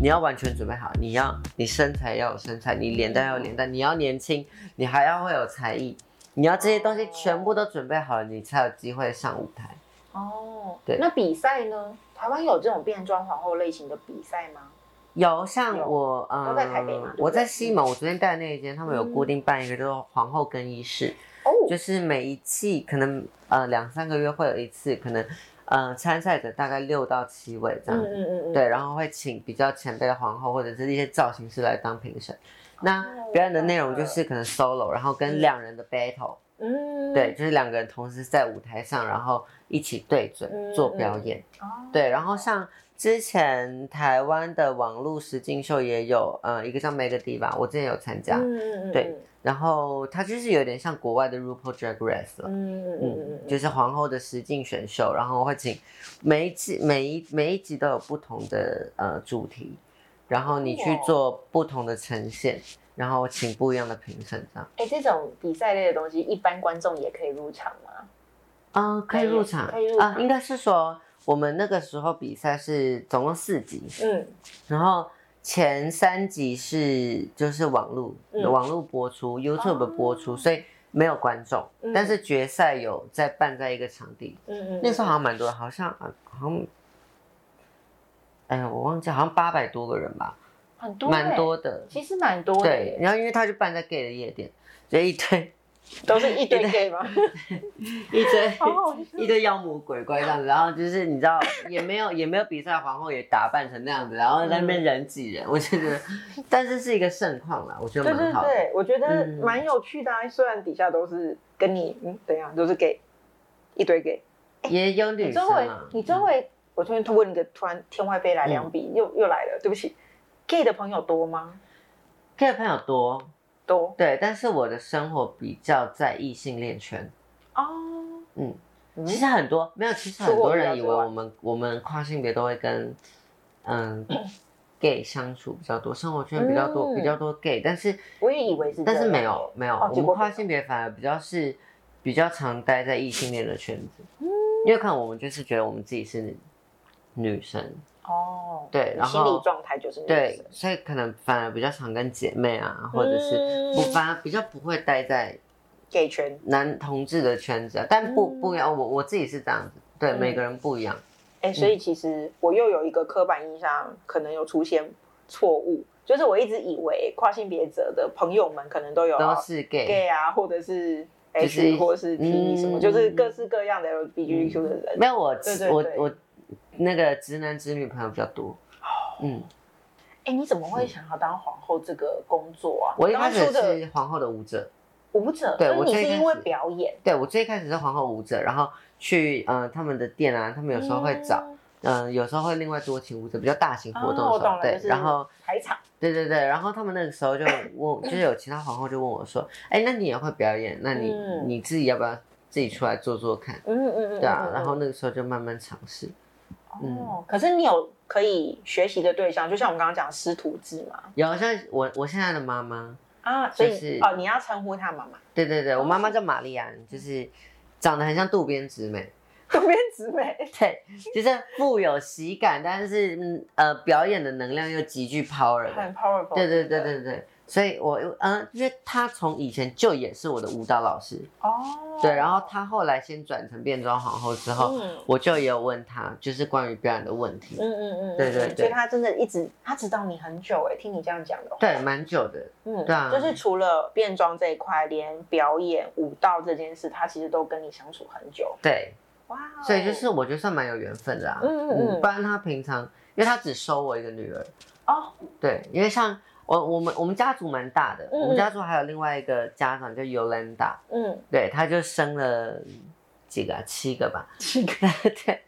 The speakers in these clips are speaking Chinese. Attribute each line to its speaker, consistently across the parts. Speaker 1: 你要完全准备好，你要你身材要有身材，你脸蛋要有脸
Speaker 2: 嗯
Speaker 1: 蛋，你要年轻，你还要会有才艺，你要这些东西全部都准备好了，你才有机会上舞台。
Speaker 2: 哦，
Speaker 1: 对
Speaker 2: 那比赛呢？台湾有这种变装皇后类型的比赛吗？
Speaker 1: 有像
Speaker 2: 有
Speaker 1: 我，呃，
Speaker 2: 都在台北嘛对不对嗯
Speaker 1: 我在西门，我昨天带的那一间，他们有固定办一个，就是皇后更衣室，
Speaker 2: 哦，
Speaker 1: 就是每一季可能呃两三个月会有一次，可能呃参赛者大概六到七位这
Speaker 2: 嗯
Speaker 1: 样，
Speaker 2: 嗯嗯嗯，
Speaker 1: 对，然后会请比较前辈的皇后或者是一些造型师来当评审。那
Speaker 2: 哦
Speaker 1: 表演的内容就是可能 solo，然后跟两人的 battle，、
Speaker 2: 嗯，
Speaker 1: 对，就是两个人同时在舞台上，然后一起对准、
Speaker 2: 嗯
Speaker 1: 做表演。
Speaker 2: 哦，
Speaker 1: 对，然后像之前台湾的网络实境秀也有，呃，一个叫 Mega D 吧，我之前有参加，
Speaker 2: 嗯嗯嗯，
Speaker 1: 对然后它就是有点像国外的 RuPaul Drag Race 了。
Speaker 2: 嗯，嗯嗯嗯
Speaker 1: 嗯
Speaker 2: 嗯，，
Speaker 1: 就是皇后的实境选秀，然后会请每一季每一每一集都有不同的呃主题，然后你去
Speaker 2: 哦
Speaker 1: 做不同的呈现，然后请不一样的评审这样。
Speaker 2: 哎，这种比赛类的东西，一般观众也可以入场吗？
Speaker 1: 嗯、可以
Speaker 2: 啊可以
Speaker 1: 入场，
Speaker 2: 可以入
Speaker 1: 啊、
Speaker 2: 场
Speaker 1: 应该是说我们那个时候比赛是总共四集，
Speaker 2: 嗯，
Speaker 1: 然后前三集是就是网络、
Speaker 2: 嗯
Speaker 1: 网络播出
Speaker 2: 哦
Speaker 1: ，YouTube 播出，所以没有观众，
Speaker 2: 嗯
Speaker 1: 但是决赛有在办在一个场地，
Speaker 2: 嗯嗯，
Speaker 1: 那时候好像蛮多的，好像啊好像，哎呀，我忘记，好像八百多个人吧，
Speaker 2: 很多，欸
Speaker 1: 蛮，多的。
Speaker 2: 其实蛮多的
Speaker 1: 对，
Speaker 2: 耶，
Speaker 1: 然后因为他就办在 gay 的夜店，所以一堆
Speaker 2: 都是一堆 gay 吗？
Speaker 1: 一堆
Speaker 2: 好好笑
Speaker 1: 一堆妖魔鬼怪这样子，然后就是你知道也没有也没有比赛，皇后也打扮成那样子，然后在那
Speaker 2: 嗯
Speaker 1: 边人挤人，我就觉得，但是是一个盛况啦，我觉得
Speaker 2: 对对
Speaker 1: 蛮好的。
Speaker 2: 对，我觉得
Speaker 1: 嗯
Speaker 2: 蛮有趣的、啊。虽然底下都是跟你，嗯，怎样，都是 gay，一堆 gay。
Speaker 1: 也有女
Speaker 2: 你
Speaker 1: 生
Speaker 2: 周围
Speaker 1: 啊，，
Speaker 2: 你周围，我昨天通过你的突然天外飞
Speaker 1: 嗯
Speaker 2: 来两笔，又又来了，对不起，gay 的朋友多吗？
Speaker 1: gay 的朋友多，
Speaker 2: 多
Speaker 1: 对，但是我的生活比较在异性恋圈，
Speaker 2: 哦，
Speaker 1: 嗯，
Speaker 2: 嗯
Speaker 1: 其实很多没有，其实很
Speaker 2: 出国
Speaker 1: 多
Speaker 2: 比较啊
Speaker 1: 人以
Speaker 2: 之
Speaker 1: 为
Speaker 2: 外
Speaker 1: 我们我们跨性别都会跟嗯 gay 相处比较多，生活圈比较多、
Speaker 2: 嗯
Speaker 1: 比较多 gay，但是
Speaker 2: 我也以为是这样，
Speaker 1: 但是没有没有，
Speaker 2: 哦
Speaker 1: 我
Speaker 2: 结
Speaker 1: 们
Speaker 2: 果
Speaker 1: 跨性别反而比较是比较常待在异性恋的圈子，
Speaker 2: 嗯
Speaker 1: 因为可能我们就是觉得我们自己是女生，
Speaker 2: 哦，
Speaker 1: 对然
Speaker 2: 心
Speaker 1: 后
Speaker 2: 理状态就是那个
Speaker 1: 对，所以可能反而比较常跟姐妹啊，或者是
Speaker 2: 嗯
Speaker 1: 不反而比较不会待在
Speaker 2: gay 圈。
Speaker 1: 男同志的圈子啊，但不
Speaker 2: 嗯
Speaker 1: 不一样，我我自己是这样子，对，
Speaker 2: 嗯
Speaker 1: 每个人不一样。
Speaker 2: 哎、所以其实我又有一个刻板印象，可能有出现错误，就是我一直以为跨性别者的朋友们可能都有
Speaker 1: 都是
Speaker 2: gay 啊，或者是 H，、
Speaker 1: 就是
Speaker 2: 或者是 T
Speaker 1: 嗯
Speaker 2: 什么，就是各式各样的 LGBTQ 的人。
Speaker 1: 没有我
Speaker 2: 对对
Speaker 1: 我
Speaker 2: 对
Speaker 1: 我那个直男直女朋友比较多。
Speaker 2: 哦
Speaker 1: 嗯，
Speaker 2: 哎、你怎么会想要当皇后这个工作啊？
Speaker 1: 我一
Speaker 2: 刚
Speaker 1: 开
Speaker 2: 刚
Speaker 1: 始
Speaker 2: 说的
Speaker 1: 是皇后的舞者，
Speaker 2: 舞者，
Speaker 1: 对
Speaker 2: 所以
Speaker 1: 我
Speaker 2: 你
Speaker 1: 最
Speaker 2: 是
Speaker 1: 开
Speaker 2: 因为
Speaker 1: 始
Speaker 2: 表演，
Speaker 1: 对我最开始是皇后舞者，然后去呃他们的店啊，他们有时候会找，
Speaker 2: 嗯
Speaker 1: 嗯、有时候会另外多请舞者，比较大型活动
Speaker 2: 哦我
Speaker 1: 的时候，
Speaker 2: 懂了，
Speaker 1: 对
Speaker 2: 就，是
Speaker 1: 然后
Speaker 2: 排场，
Speaker 1: 对对对，然后他们那个时候就问，就是有其他皇后就问我说，哎，那你也会表演，那你、
Speaker 2: 嗯
Speaker 1: 你自己要不要自己出来做做看？
Speaker 2: 嗯嗯嗯嗯，
Speaker 1: 对啊
Speaker 2: 嗯，
Speaker 1: 然后嗯那个时候就慢慢尝试。
Speaker 2: 哦，可是你有可以学习的对象，就像我们刚刚讲师徒制嘛，
Speaker 1: 有像我我现在的妈妈，
Speaker 2: 啊，所以、
Speaker 1: 就是
Speaker 2: 哦，你要称呼他妈妈，
Speaker 1: 对对对，
Speaker 2: 哦
Speaker 1: 我妈妈叫玛丽安，就是长得很像渡边直美，
Speaker 2: 渡边直美，
Speaker 1: 对，就是富有喜感，但是嗯呃表演的能量又极具 power 的。
Speaker 2: 很 powerful，
Speaker 1: 对对对，对对，所以我嗯、因为她从以前就也是我的舞蹈老师，
Speaker 2: 哦，
Speaker 1: 对，然后她后来先转成变装皇后之后，
Speaker 2: 嗯
Speaker 1: 我就也有问她，就是关于表演的问题。
Speaker 2: 嗯嗯嗯，
Speaker 1: 对对
Speaker 2: 嗯
Speaker 1: 对
Speaker 2: 所以他真的一直他指导你很久哎，听你这样讲的话，
Speaker 1: 对，蛮久的，
Speaker 2: 嗯，
Speaker 1: 对啊
Speaker 2: 就是除了变装这一块，连表演舞蹈这件事，他其实都跟你相处很久，
Speaker 1: 对，
Speaker 2: 哇哦，
Speaker 1: 所以就是我觉得算蛮有缘分的啊。
Speaker 2: 嗯嗯嗯
Speaker 1: 不然她平常，因为她只收我一个女儿，
Speaker 2: 哦，
Speaker 1: 对，因为像我我们我们家族蛮大的，
Speaker 2: 嗯
Speaker 1: 我们家族还有另外一个家长叫尤兰达，
Speaker 2: 嗯，
Speaker 1: 对，他就生了几个啊，七个吧，七个， 对，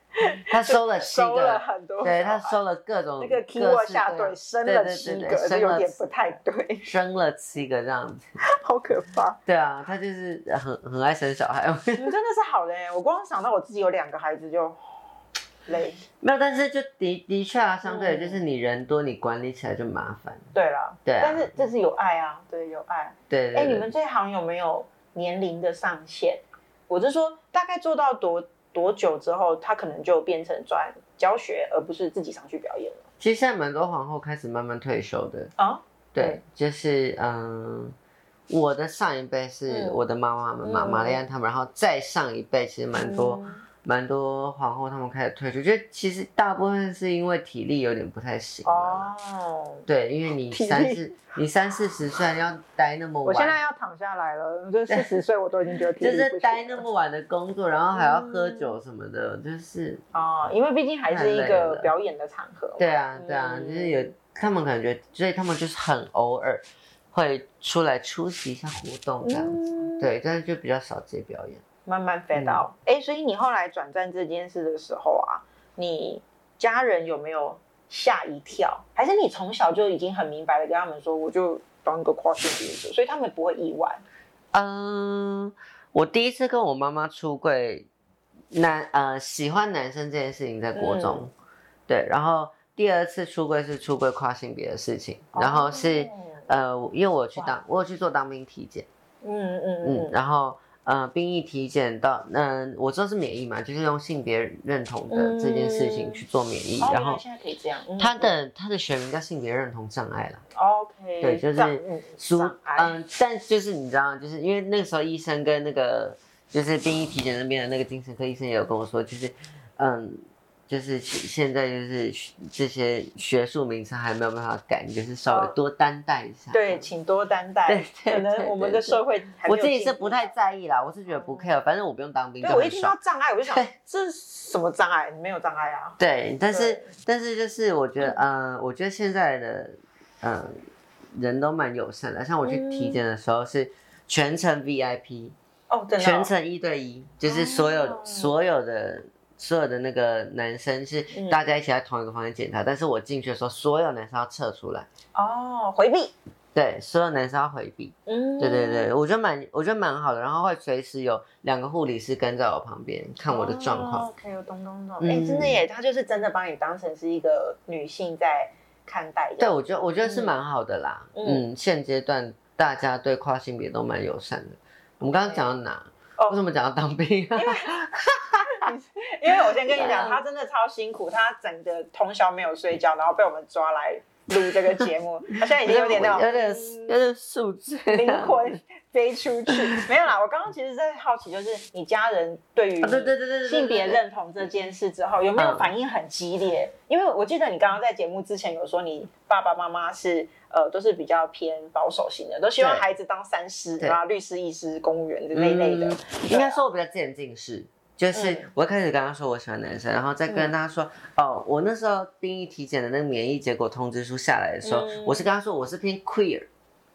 Speaker 1: 他收了七
Speaker 2: 收了
Speaker 1: 个，
Speaker 2: 很多，
Speaker 1: 呃对他。收了各种
Speaker 2: 那个
Speaker 1: 各
Speaker 2: key word
Speaker 1: 式
Speaker 2: 下
Speaker 1: 各样
Speaker 2: 对，生了
Speaker 1: 对
Speaker 2: 七
Speaker 1: 对
Speaker 2: 个，
Speaker 1: 对
Speaker 2: 这
Speaker 1: 生
Speaker 2: 有
Speaker 1: 了
Speaker 2: 点
Speaker 1: 七
Speaker 2: 不太对，
Speaker 1: 生了七个这样子，
Speaker 2: 好可怕。
Speaker 1: 对啊，他就是很很爱生小孩，
Speaker 2: 你们真的是好人哎！我光想到我自己有两个孩子就 累。
Speaker 1: 没有，但是就的的确啊，相对
Speaker 2: 嗯
Speaker 1: 的就是你人多，你管理起来就麻烦，
Speaker 2: 对啦，
Speaker 1: 对啊
Speaker 2: 但是这是有爱啊，对，有爱。
Speaker 1: 对
Speaker 2: 哎，
Speaker 1: 对
Speaker 2: 你
Speaker 1: 对。
Speaker 2: 们这行有没有年龄的上限？我是说，大概做到多多久之后，他可能就变成专教学，而不是自己上去表演了
Speaker 1: 其实现在蛮多皇后开始慢慢退休的，
Speaker 2: 啊？
Speaker 1: 对，就是嗯，我的上一辈是
Speaker 2: 嗯
Speaker 1: 我的妈妈们嘛，
Speaker 2: 嗯
Speaker 1: 玛丽安他们，然后再上一辈其实蛮多
Speaker 2: 嗯
Speaker 1: 蛮多皇后他们开始退休，就其实大部分是因为体力有点不太行了啦。
Speaker 2: 哦。
Speaker 1: 对，因为你
Speaker 2: 体力
Speaker 1: 三四你三四十岁你要待那么晚，
Speaker 2: 我现在要躺下来了，这四十岁我都已经觉得体
Speaker 1: 就
Speaker 2: 力不行嗯
Speaker 1: 是
Speaker 2: 了
Speaker 1: 待那么晚的工作，然后还要喝酒什么的，就是
Speaker 2: 哦，因为毕竟还是一
Speaker 1: 太累
Speaker 2: 个
Speaker 1: 了
Speaker 2: 表演的场合嘛。
Speaker 1: 对啊对啊，就是有他们感觉，所以他们就是很偶尔会出来出席一下活动这样子，
Speaker 2: 嗯，
Speaker 1: 对，但是就比较少接表演。
Speaker 2: 慢慢 fade
Speaker 1: 嗯
Speaker 2: out。哎、所以你后来转战这件事的时候啊，你家人有没有吓一跳？还是你从小就已经很明白的跟他们说，我就当一个跨性别者，所以他们不会意外？
Speaker 1: 嗯，我第一次跟我妈妈出柜，男呃喜欢男生这件事情在国中，对，然后第二次出柜是出柜跨性别的事情，然后是、
Speaker 2: 哦
Speaker 1: 呃，因为我有去当我有去做当兵体检，
Speaker 2: 嗯嗯
Speaker 1: 嗯，
Speaker 2: 嗯嗯
Speaker 1: 然后呃兵役体检到嗯、我知道是免疫嘛，就是用性别认同的这件事情
Speaker 2: 嗯
Speaker 1: 去做免疫，
Speaker 2: 哦，
Speaker 1: 然
Speaker 2: 原来
Speaker 1: 后
Speaker 2: 现在可以这样。嗯
Speaker 1: 他的他的学名叫性别认同障碍啦。
Speaker 2: OK，
Speaker 1: 对，就是
Speaker 2: 这样嗯
Speaker 1: 俗
Speaker 2: 障碍
Speaker 1: 嗯，但就是你知道，就是因为那个时候医生跟那个就是兵役体检那边的那个精神科医生也有跟我说，就是嗯，就是现在就是这些学术名称还没有办法改，你就是稍微
Speaker 2: 哦
Speaker 1: 多担待一下。
Speaker 2: 对，请多担待。
Speaker 1: 对对
Speaker 2: 可能
Speaker 1: 对
Speaker 2: 我们
Speaker 1: 对
Speaker 2: 的
Speaker 1: 对
Speaker 2: 社会还没有
Speaker 1: 我自己
Speaker 2: 进
Speaker 1: 是
Speaker 2: 步啊嗯
Speaker 1: 不太在意啦，我是觉得不 care，反正我不用当兵
Speaker 2: 对，
Speaker 1: 就
Speaker 2: 我一
Speaker 1: 很
Speaker 2: 听到
Speaker 1: 爽。
Speaker 2: 障碍，我就想
Speaker 1: 对
Speaker 2: 这是什么障碍？你没有障碍啊？
Speaker 1: 对，但是
Speaker 2: 对
Speaker 1: 但是就是我觉得，嗯，我觉得现在的嗯人都蛮友善的，像我去体
Speaker 2: 嗯
Speaker 1: 检的时候是全程 VIP。
Speaker 2: 哦，真的哦、
Speaker 1: 全程一对一，就是所有、
Speaker 2: 哦
Speaker 1: 所有的所有的那个男生是
Speaker 2: 嗯
Speaker 1: 大家一起在同一个房间检查，但是我进去的时候，所有男生要撤出来，
Speaker 2: 哦，回避。
Speaker 1: 对，所有男生要回避，
Speaker 2: 嗯，
Speaker 1: 对对对，我觉得蛮我觉得蛮好的，然后会随时有两个护理师跟在我旁边看我的状况，
Speaker 2: 哦 OK，我懂懂懂。哎、
Speaker 1: 嗯
Speaker 2: 真的耶，他就是真的把你当成是一个女性在看待的。
Speaker 1: 对我觉得我觉得是
Speaker 2: 嗯
Speaker 1: 蛮好的啦，
Speaker 2: 嗯
Speaker 1: 嗯，现阶段大家对跨性别都蛮友善的。我们刚刚讲到哪？
Speaker 2: 哦
Speaker 1: 为什么讲到当兵？啊
Speaker 2: 因为我先跟你
Speaker 1: 对
Speaker 2: 讲，
Speaker 1: 啊
Speaker 2: 他真的超辛苦，他整个通宵没有睡觉，然后被我们抓来录这个节 目，他现在已经有点那种嗯
Speaker 1: 有点有点素质啊，
Speaker 2: 灵 魂飞出去。没有啦，我刚刚其实在好奇，就是你家人对于
Speaker 1: 啊对对对对对，
Speaker 2: 性别
Speaker 1: 对
Speaker 2: 认同这件事之后，有没有
Speaker 1: 嗯
Speaker 2: 反应很激烈？因为我记得你刚刚在节目之前有说，你爸爸妈妈是呃都是比较偏保守型的，都希望
Speaker 1: 对
Speaker 2: 孩子当三师
Speaker 1: 对
Speaker 2: 啊、律师、医师、公务员这一类的啊
Speaker 1: 嗯。应该说我比较渐进式，就是
Speaker 2: 嗯
Speaker 1: 我一开始跟他说我喜欢男生，然后再跟他说、哦，我那时候兵役体检的那个免疫结果通知书下来的时候，
Speaker 2: 嗯
Speaker 1: 我是跟他说我是偏 queer，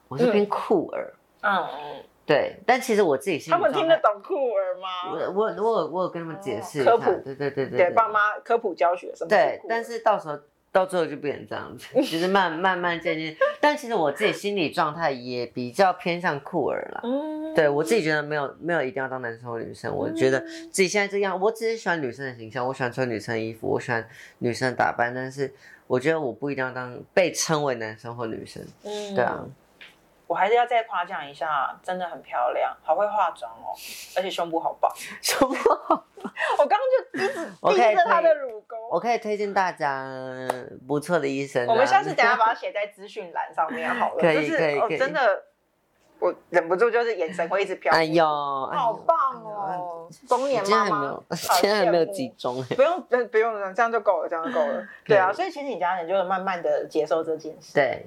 Speaker 1: 我是偏酷儿，
Speaker 2: 嗯，嗯
Speaker 1: 对，但其实我自己心里
Speaker 2: 他们听得
Speaker 1: 状态。
Speaker 2: 懂酷儿吗？
Speaker 1: 我我我有我有跟他们解释一
Speaker 2: 哦科
Speaker 1: 下，
Speaker 2: 普
Speaker 1: 对对对对
Speaker 2: 对，爸妈科普教学什么？
Speaker 1: 对，但是到时候到最后就变成这样子， 就是慢慢慢渐渐，但其实我自己心理状态也比较偏向酷儿啦，
Speaker 2: 嗯
Speaker 1: 对我自己觉得没有没有一定要当男生或女生，我觉得
Speaker 2: 嗯
Speaker 1: 自己现在这样，我只是喜欢女生的形象，我喜欢穿女生的衣服，我喜欢女生的打扮，但是我觉得我不一定要当被称为男生或女生，
Speaker 2: 嗯
Speaker 1: 对啊，
Speaker 2: 我还是要再夸奖一下，真的很漂亮，好会化妆哦，而且胸部好 棒。
Speaker 1: 什 么？
Speaker 2: 我刚刚就一直
Speaker 1: 我
Speaker 2: 盯
Speaker 1: 可以
Speaker 2: 着她的
Speaker 1: 推
Speaker 2: 乳沟。
Speaker 1: 我可以推荐大家呃不错的医生啊、
Speaker 2: 我们下次等一下把它写在资讯栏上面好了。
Speaker 1: 可以
Speaker 2: 就是
Speaker 1: 可以
Speaker 2: 哦
Speaker 1: 可以
Speaker 2: 真的，我忍不住就是眼神会一直飘。
Speaker 1: 哎呦，
Speaker 2: 好棒哦！中
Speaker 1: 哎呦！
Speaker 2: 年
Speaker 1: 我今天
Speaker 2: 妈
Speaker 1: 还没
Speaker 2: 妈，好
Speaker 1: 有， 今天还没有
Speaker 2: 羡慕
Speaker 1: 集中哎、
Speaker 2: 不用呃不用了，这样就够了，这样就够 了。对啊，所以其实你家人就是慢慢的接受这件事。
Speaker 1: 对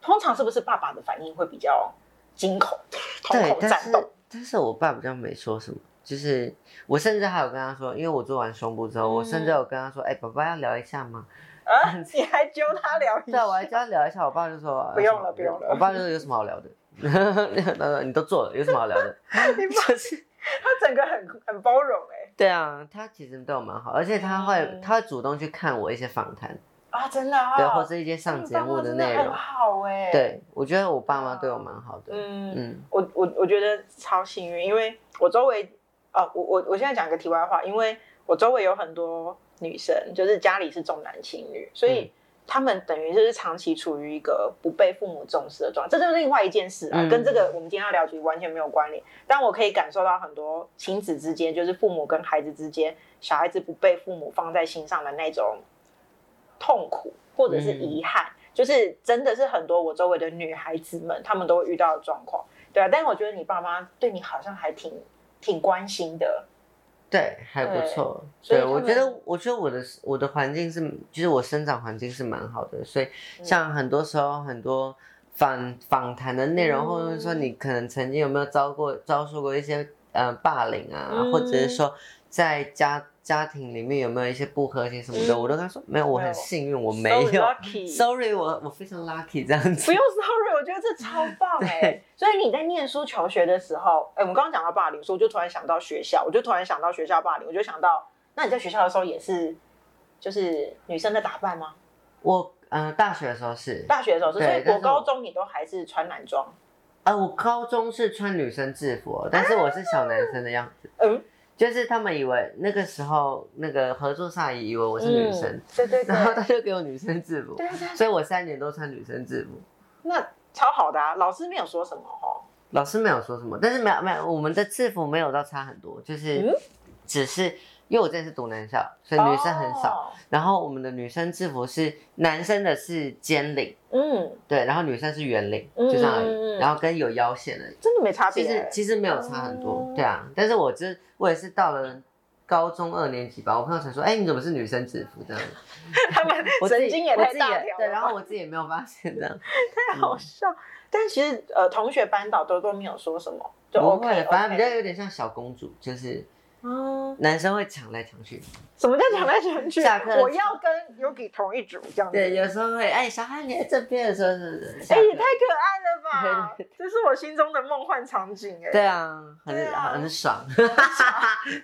Speaker 2: 通常是不是爸爸的反应会比较惊恐、瞳
Speaker 1: 对，
Speaker 2: 孔
Speaker 1: 但
Speaker 2: 颤
Speaker 1: 是
Speaker 2: 动？
Speaker 1: 但是我爸比较没说什么。就是我甚至还有跟他说，因为我做完胸部之后，我甚至有
Speaker 2: 嗯
Speaker 1: 跟他说，哎、爸爸要聊一下吗？
Speaker 2: 啊，你还揪他聊一
Speaker 1: 对，啊我还
Speaker 2: 下？
Speaker 1: 跟他聊一下，我爸就说呃
Speaker 2: 不用了不用了
Speaker 1: 我爸就说有什么好聊的？ 他说你都做了，有什么好聊 的？
Speaker 2: 你爸
Speaker 1: 就是
Speaker 2: 他整个很很包容哎
Speaker 1: 对啊，他其实对我蛮好，而且他会、
Speaker 2: 嗯
Speaker 1: 他会主动去看我一些访谈，
Speaker 2: 啊，真的啊，
Speaker 1: 对，或是一些上节目
Speaker 2: 你爸妈真
Speaker 1: 内
Speaker 2: 很
Speaker 1: 容。
Speaker 2: 好哎。，
Speaker 1: 对，我觉得我爸妈对我蛮好的。
Speaker 2: 嗯。
Speaker 1: 嗯
Speaker 2: 我我我觉得超幸运，因为我周围啊，我我我现在讲个题外话，因为我周围有很多女生，就是家里是重男轻女，所以
Speaker 1: 嗯
Speaker 2: 他们等于就是长期处于一个不被父母重视的状态，这就是另外一件事啊，
Speaker 1: 嗯
Speaker 2: 跟这个我们今天要聊的完全没有关联。但我可以感受到很多亲子之间，就是父母跟孩子之间小孩子不被父母放在心上的那种痛苦或者是
Speaker 1: 嗯
Speaker 2: 遗憾，就是真的是很多我周围的女孩子们，她们都会遇到的状况，对啊。但我觉得你爸妈对你好像还挺挺关心的，
Speaker 1: 对，还不错。
Speaker 2: 对所
Speaker 1: 对，
Speaker 2: 以他们
Speaker 1: 我觉得，我觉得我的我的环境是，就是我生长环境是蛮好的，所以
Speaker 2: 嗯
Speaker 1: 像很多时候很多访访谈的内容，
Speaker 2: 嗯
Speaker 1: 或者是说你可能曾经有没有遭过遭受过一些呃霸凌啊，
Speaker 2: 嗯
Speaker 1: 或者是说在家家庭里面有没有一些不和谐什么的，
Speaker 2: 嗯
Speaker 1: 我都跟他说没有，我
Speaker 2: 没有
Speaker 1: 很幸运，我没有
Speaker 2: So lucky
Speaker 1: ，sorry，我我非常 lucky 这样
Speaker 2: 不
Speaker 1: 子。
Speaker 2: 用 sorry，我觉得这超棒哎、
Speaker 1: 对
Speaker 2: 所以你在念书求学的时候，哎、我们刚刚讲到霸凌，所以我就突然想到学校，我就突然想到学校霸凌，我就想到，那你在学校的时候也是，就是女生的打扮吗？
Speaker 1: 我呃大学的时候是，
Speaker 2: 大学的时候是，所
Speaker 1: 对
Speaker 2: 以
Speaker 1: 但
Speaker 2: 国
Speaker 1: 是
Speaker 2: 高
Speaker 1: 我
Speaker 2: 中你都还是穿男装，
Speaker 1: 呃我高中是穿女生制服哦，但是我是小男生的样子。
Speaker 2: 嗯，
Speaker 1: 就是他们以为那个时候那个合作上也以为我是女生，
Speaker 2: 嗯对对 对，
Speaker 1: 然后他就给我女生制服，
Speaker 2: 对对，
Speaker 1: 所以我三年都穿女生制服。
Speaker 2: 那超好的啊，老师没有说什么哦，
Speaker 1: 老师没有说什么，但是没有没有，我们的制服没有到差很多，就是、
Speaker 2: 嗯
Speaker 1: 只是因为我之前是读男校，所以女生很少。
Speaker 2: 哦，
Speaker 1: 然后我们的女生制服是男生的是尖领，
Speaker 2: 嗯，
Speaker 1: 对，然后女生是圆领，
Speaker 2: 嗯
Speaker 1: 就这样而已，
Speaker 2: 嗯嗯嗯
Speaker 1: 然后跟有腰线的，
Speaker 2: 真的没差
Speaker 1: 其
Speaker 2: 别欸、
Speaker 1: 实其实没有差很多，
Speaker 2: 哦
Speaker 1: 对啊。但是我这我也是到了高中二年级吧，我朋友才说，哎、你怎么是女生制服这样？
Speaker 2: 他们
Speaker 1: 我自
Speaker 2: 神
Speaker 1: 己
Speaker 2: 经也
Speaker 1: 我
Speaker 2: 太
Speaker 1: 自己
Speaker 2: 大
Speaker 1: 也
Speaker 2: 条了吧，
Speaker 1: 对，然后我自己也没有发现这样，
Speaker 2: 太好笑。但其实呃，同学班导都都没有说什么， 就
Speaker 1: 不
Speaker 2: OK，,
Speaker 1: 会，反正比较
Speaker 2: OK
Speaker 1: 有点像小公主，就是
Speaker 2: 嗯，
Speaker 1: 男生会抢来抢去，
Speaker 2: 什么叫抢来抢去？
Speaker 1: 下课
Speaker 2: 我要跟 Yuki 同一组这样子。
Speaker 1: 对，有时候会，哎，小孩你在这边的时候是，
Speaker 2: 哎、
Speaker 1: 下课
Speaker 2: 也太可爱了吧！
Speaker 1: 对
Speaker 2: 这是我心中的梦幻场景哎、
Speaker 1: 对啊，很
Speaker 2: 对啊
Speaker 1: 很 爽，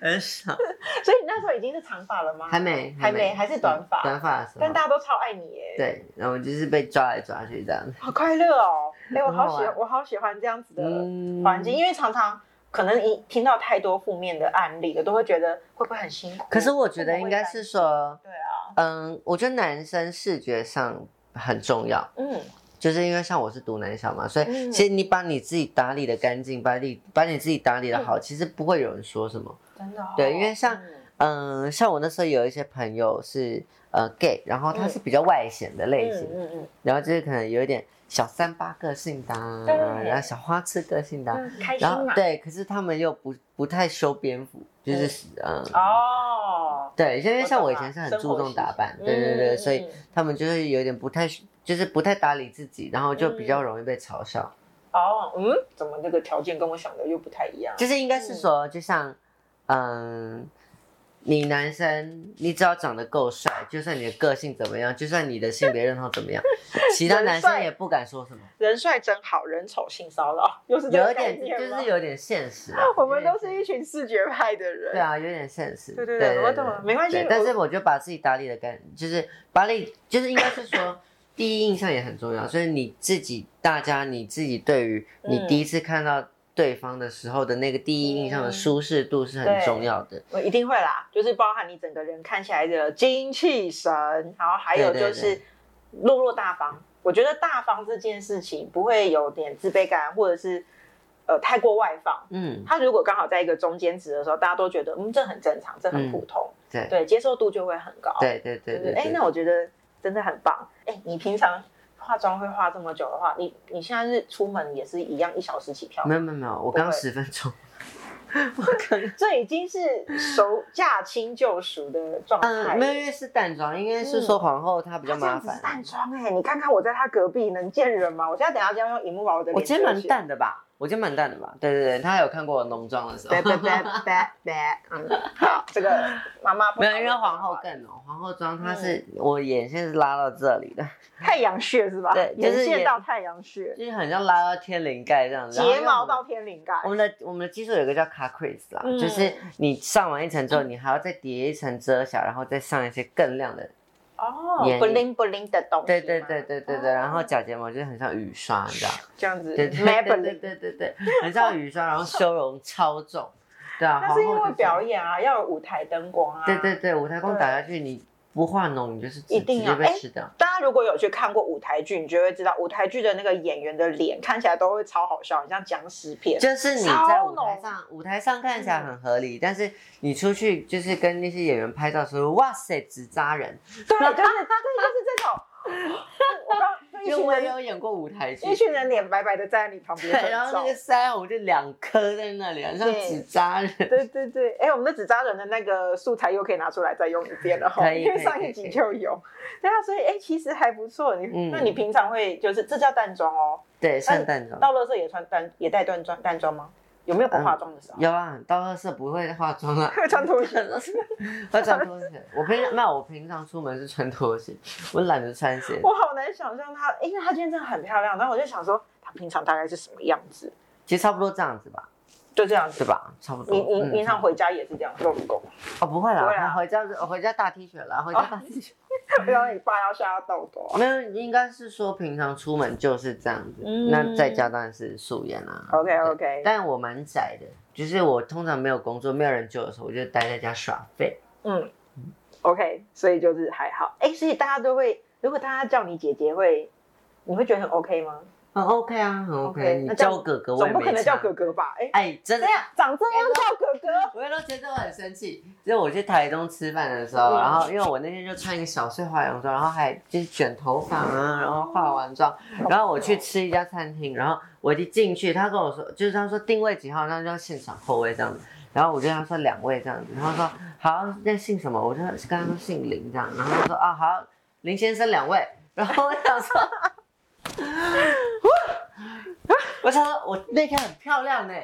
Speaker 1: 很爽，
Speaker 2: 所以你那时候已经是长发了吗？
Speaker 1: 还没
Speaker 2: 还没，还是短发。
Speaker 1: 短发的时
Speaker 2: 但
Speaker 1: 候，
Speaker 2: 大家都超爱你哎、
Speaker 1: 对，然后就是被抓来抓去这样，
Speaker 2: 好快乐 哦！哎、我好喜
Speaker 1: 很好玩
Speaker 2: 我好喜欢这样子的
Speaker 1: 嗯
Speaker 2: 呃环境，因为常常可能一听到太多负面的案例了，都会觉得会不会很辛苦？啊
Speaker 1: 可是我觉得应该
Speaker 2: 会
Speaker 1: 是说，
Speaker 2: 不会担心
Speaker 1: 嗯，我觉得男生视觉上很重要，
Speaker 2: 对啊，嗯。
Speaker 1: 就是因为像我是读男校嘛，所以
Speaker 2: 嗯
Speaker 1: 其实你把你自己打理的干净，把你把你自己打理的
Speaker 2: 嗯
Speaker 1: 好，其实不会有人说什么。
Speaker 2: 真的、哦、
Speaker 1: 对因为像
Speaker 2: 嗯
Speaker 1: 嗯，像我那时候有一些朋友是呃 gay，然后他是比较外显的类型，
Speaker 2: 嗯嗯
Speaker 1: 然后就是可能有一点小三八个性的啊、
Speaker 2: 对
Speaker 1: 然后小花痴个性的啊、
Speaker 2: 嗯，开心
Speaker 1: 然后
Speaker 2: 嘛，
Speaker 1: 对，可是他们又不不太修边幅，就是嗯。
Speaker 2: 哦，
Speaker 1: 对，因为像我以
Speaker 2: 懂了
Speaker 1: 前是很
Speaker 2: 生
Speaker 1: 注
Speaker 2: 活
Speaker 1: 重
Speaker 2: 习
Speaker 1: 打
Speaker 2: 惯
Speaker 1: 扮，对对
Speaker 2: 嗯
Speaker 1: 对，
Speaker 2: 嗯
Speaker 1: 所以
Speaker 2: 嗯
Speaker 1: 他们就是有点不太，就是不太打理自己，然后就比较
Speaker 2: 嗯
Speaker 1: 容易被嘲笑。
Speaker 2: 哦，嗯，怎么这个条件跟我想的又不太一样？
Speaker 1: 就是应该是说，就像，嗯，你男生，你只要长得够帅，就算你的个性怎么样，就算你的性别认同怎么样，其他男生也不敢说 什么，
Speaker 2: 人帅真好，人丑性骚扰，又是这
Speaker 1: 有
Speaker 2: 个
Speaker 1: 一
Speaker 2: 概
Speaker 1: 点
Speaker 2: 念吗
Speaker 1: 就是有点现实啊。
Speaker 2: 我们
Speaker 1: 有
Speaker 2: 都
Speaker 1: 点
Speaker 2: 是一群视觉派的人，
Speaker 1: 对，啊，有点现实。
Speaker 2: 对对
Speaker 1: 对
Speaker 2: 对我懂了没关系
Speaker 1: 对
Speaker 2: 我
Speaker 1: 但是我就把自己打理的干，就是把理，就是应该是说第一印象也很重要，所以你自己大家你自己对于你
Speaker 2: 嗯
Speaker 1: 第一次看到对方的时候的那个第一印象的
Speaker 2: 嗯
Speaker 1: 舒适度是
Speaker 2: 对
Speaker 1: 很重要的。
Speaker 2: 我一定会啦，就是包含你整个人看起来的精气神，然后还有
Speaker 1: 对对
Speaker 2: 就是落落大方。我觉得大方这件事情不会有点自卑感，或者是呃太过外放，
Speaker 1: 嗯，
Speaker 2: 他如果刚好在一个中间值的时候，大家都觉得嗯，这很正常，这很普通，
Speaker 1: 对
Speaker 2: 对，接受度就会很高。
Speaker 1: 对对对对。
Speaker 2: 对哎，
Speaker 1: 对
Speaker 2: 那我觉得真的很棒。哎，你平常化妆会化这么久的话，你你现在是出门也是一样一小时起跳吗
Speaker 1: 没，有没有没有，我
Speaker 2: 不
Speaker 1: 刚
Speaker 2: 会
Speaker 1: 十分钟。
Speaker 2: 这已经是熟驾轻就熟的状态
Speaker 1: 嗯，
Speaker 2: 了。
Speaker 1: 没有，因为是淡妆，应该是说皇后她比较
Speaker 2: 他嗯这
Speaker 1: 麻
Speaker 2: 样子是
Speaker 1: 烦
Speaker 2: 淡。妆哎、你看看我在他隔壁能见人吗？我现在等一下这样用荧幕把我的脸
Speaker 1: 我今天蛮
Speaker 2: 遮起来。
Speaker 1: 淡的吧？我今天蛮淡的吧？对对对，她有看过我浓妆的时候
Speaker 2: 别。别别别 别，嗯，好，这个妈妈不
Speaker 1: 没有，
Speaker 2: 讨
Speaker 1: 因为
Speaker 2: 论
Speaker 1: 皇后更浓，皇后妆它是、
Speaker 2: 嗯
Speaker 1: 我眼线是拉到这里的，
Speaker 2: 太阳穴是吧？
Speaker 1: 对就是
Speaker 2: 眼线
Speaker 1: 眼
Speaker 2: 到太阳穴，
Speaker 1: 就是很像拉到天灵盖这样子。然后因
Speaker 2: 睫
Speaker 1: 为
Speaker 2: 毛
Speaker 1: 我们
Speaker 2: 到天灵盖
Speaker 1: 我。们的我们的技术有一个叫 cut crease 啦，
Speaker 2: 嗯
Speaker 1: 就是你上完一层之后，你还要再叠一层遮瑕，然后再上一些更亮的。
Speaker 2: 哦
Speaker 1: 眼
Speaker 2: 不灵不灵的东西。
Speaker 1: 对对对，对对对，
Speaker 2: 哦
Speaker 1: 然后假睫毛就是很像雨刷，你知道？
Speaker 2: 这样子。
Speaker 1: 对对
Speaker 2: m a
Speaker 1: 对
Speaker 2: b
Speaker 1: 对
Speaker 2: e l
Speaker 1: 对
Speaker 2: i
Speaker 1: 对对对，很像雨刷，然后修容超重。对啊，
Speaker 2: 那是因
Speaker 1: 皇后
Speaker 2: 为
Speaker 1: 就
Speaker 2: 表演啊，要有舞台灯光啊。
Speaker 1: 对对对，舞台光打下去，你不化脓，你就是直
Speaker 2: 一定
Speaker 1: 直接
Speaker 2: 要哎
Speaker 1: 被吃掉。
Speaker 2: 大家如果有去看过舞台剧，你就会知道舞台剧的那个演员的脸看起来都会超好笑，很像僵尸 片。
Speaker 1: 就是你在舞台上，舞台上看起来很合理，但是你出去就是跟那些演员拍照的时候，哇塞，直扎人。
Speaker 2: 对，就是就是这种。我刚一
Speaker 1: 因为
Speaker 2: 群
Speaker 1: 我也
Speaker 2: 人，
Speaker 1: 有演过舞台剧，
Speaker 2: 一群人脸白白的站在你旁边，
Speaker 1: 对，然后那个腮红就两颗在那里，很像
Speaker 2: 对
Speaker 1: 纸扎人。
Speaker 2: 对对对，哎、我们的纸扎人的那个素材又可以拿出来再用一遍了哈，
Speaker 1: 可以
Speaker 2: 因为
Speaker 1: 可以
Speaker 2: 上
Speaker 1: 可
Speaker 2: 一
Speaker 1: 以可
Speaker 2: 集
Speaker 1: 以
Speaker 2: 就有。对啊，所以哎、其实还不错。你、
Speaker 1: 嗯
Speaker 2: 那你平常会就是这叫淡妆哦，
Speaker 1: 对，圣诞装
Speaker 2: 到乐色也穿淡也带淡妆淡妆吗？有没有不化妆的时候？
Speaker 1: 有啊，到二色不会化妆啊 了。
Speaker 2: 会穿拖鞋。
Speaker 1: 会穿拖鞋，我平常那我平常出门是穿拖鞋，我懒得穿鞋。
Speaker 2: 我好难想象她，因为她今天真的很漂亮，但我就想说她平常大概是什么样子，
Speaker 1: 其实差不多这样子吧，
Speaker 2: 就这样子
Speaker 1: 对。吧？差不多。
Speaker 2: 你你
Speaker 1: 嗯
Speaker 2: 平常回家也是这样，露狗，
Speaker 1: 哦不会啦，
Speaker 2: 不会啦
Speaker 1: 我回家我回家大 T 恤啦，回家大 T 恤。
Speaker 2: 然后你爸要吓到啊豆豆。
Speaker 1: 没有，应该是说平常出门就是这样子，
Speaker 2: 嗯
Speaker 1: 那在 家当然是素颜啦、啊。
Speaker 2: OK OK，
Speaker 1: 但我蛮宅的，就是我通常没有工作、没有人救的时候，我就待在家耍废。
Speaker 2: 嗯，OK，所以就是还好。哎、所以大家都会，如果大家叫你姐姐会，你会觉得很 OK 吗？
Speaker 1: 很 OK 啊，很 OK。
Speaker 2: OK，那
Speaker 1: 你
Speaker 2: 这样
Speaker 1: 叫我哥哥，我
Speaker 2: 总
Speaker 1: 也
Speaker 2: 不
Speaker 1: 没
Speaker 2: 可能
Speaker 1: 差
Speaker 2: 叫哥。哥吧？哎、
Speaker 1: 哎，真
Speaker 2: 这
Speaker 1: 的，
Speaker 2: 样长这样叫哥 哥，
Speaker 1: 我都觉得我很生气。就是我去台东吃饭的时候，
Speaker 2: 嗯
Speaker 1: 然后因为我那天就穿一个小碎花洋装，然后还就是卷头发啊，然后化完妆，然后我去吃一家餐厅，然后我一进去，他跟我说，就是他说定位几号，那就要现场后位这样子。然后我就跟他说两位这样子，然后他说好，那姓什么？我就跟他说姓林这样，然后他说啊好，林先生两位。然后我想说， 我想说我那天很漂亮呢、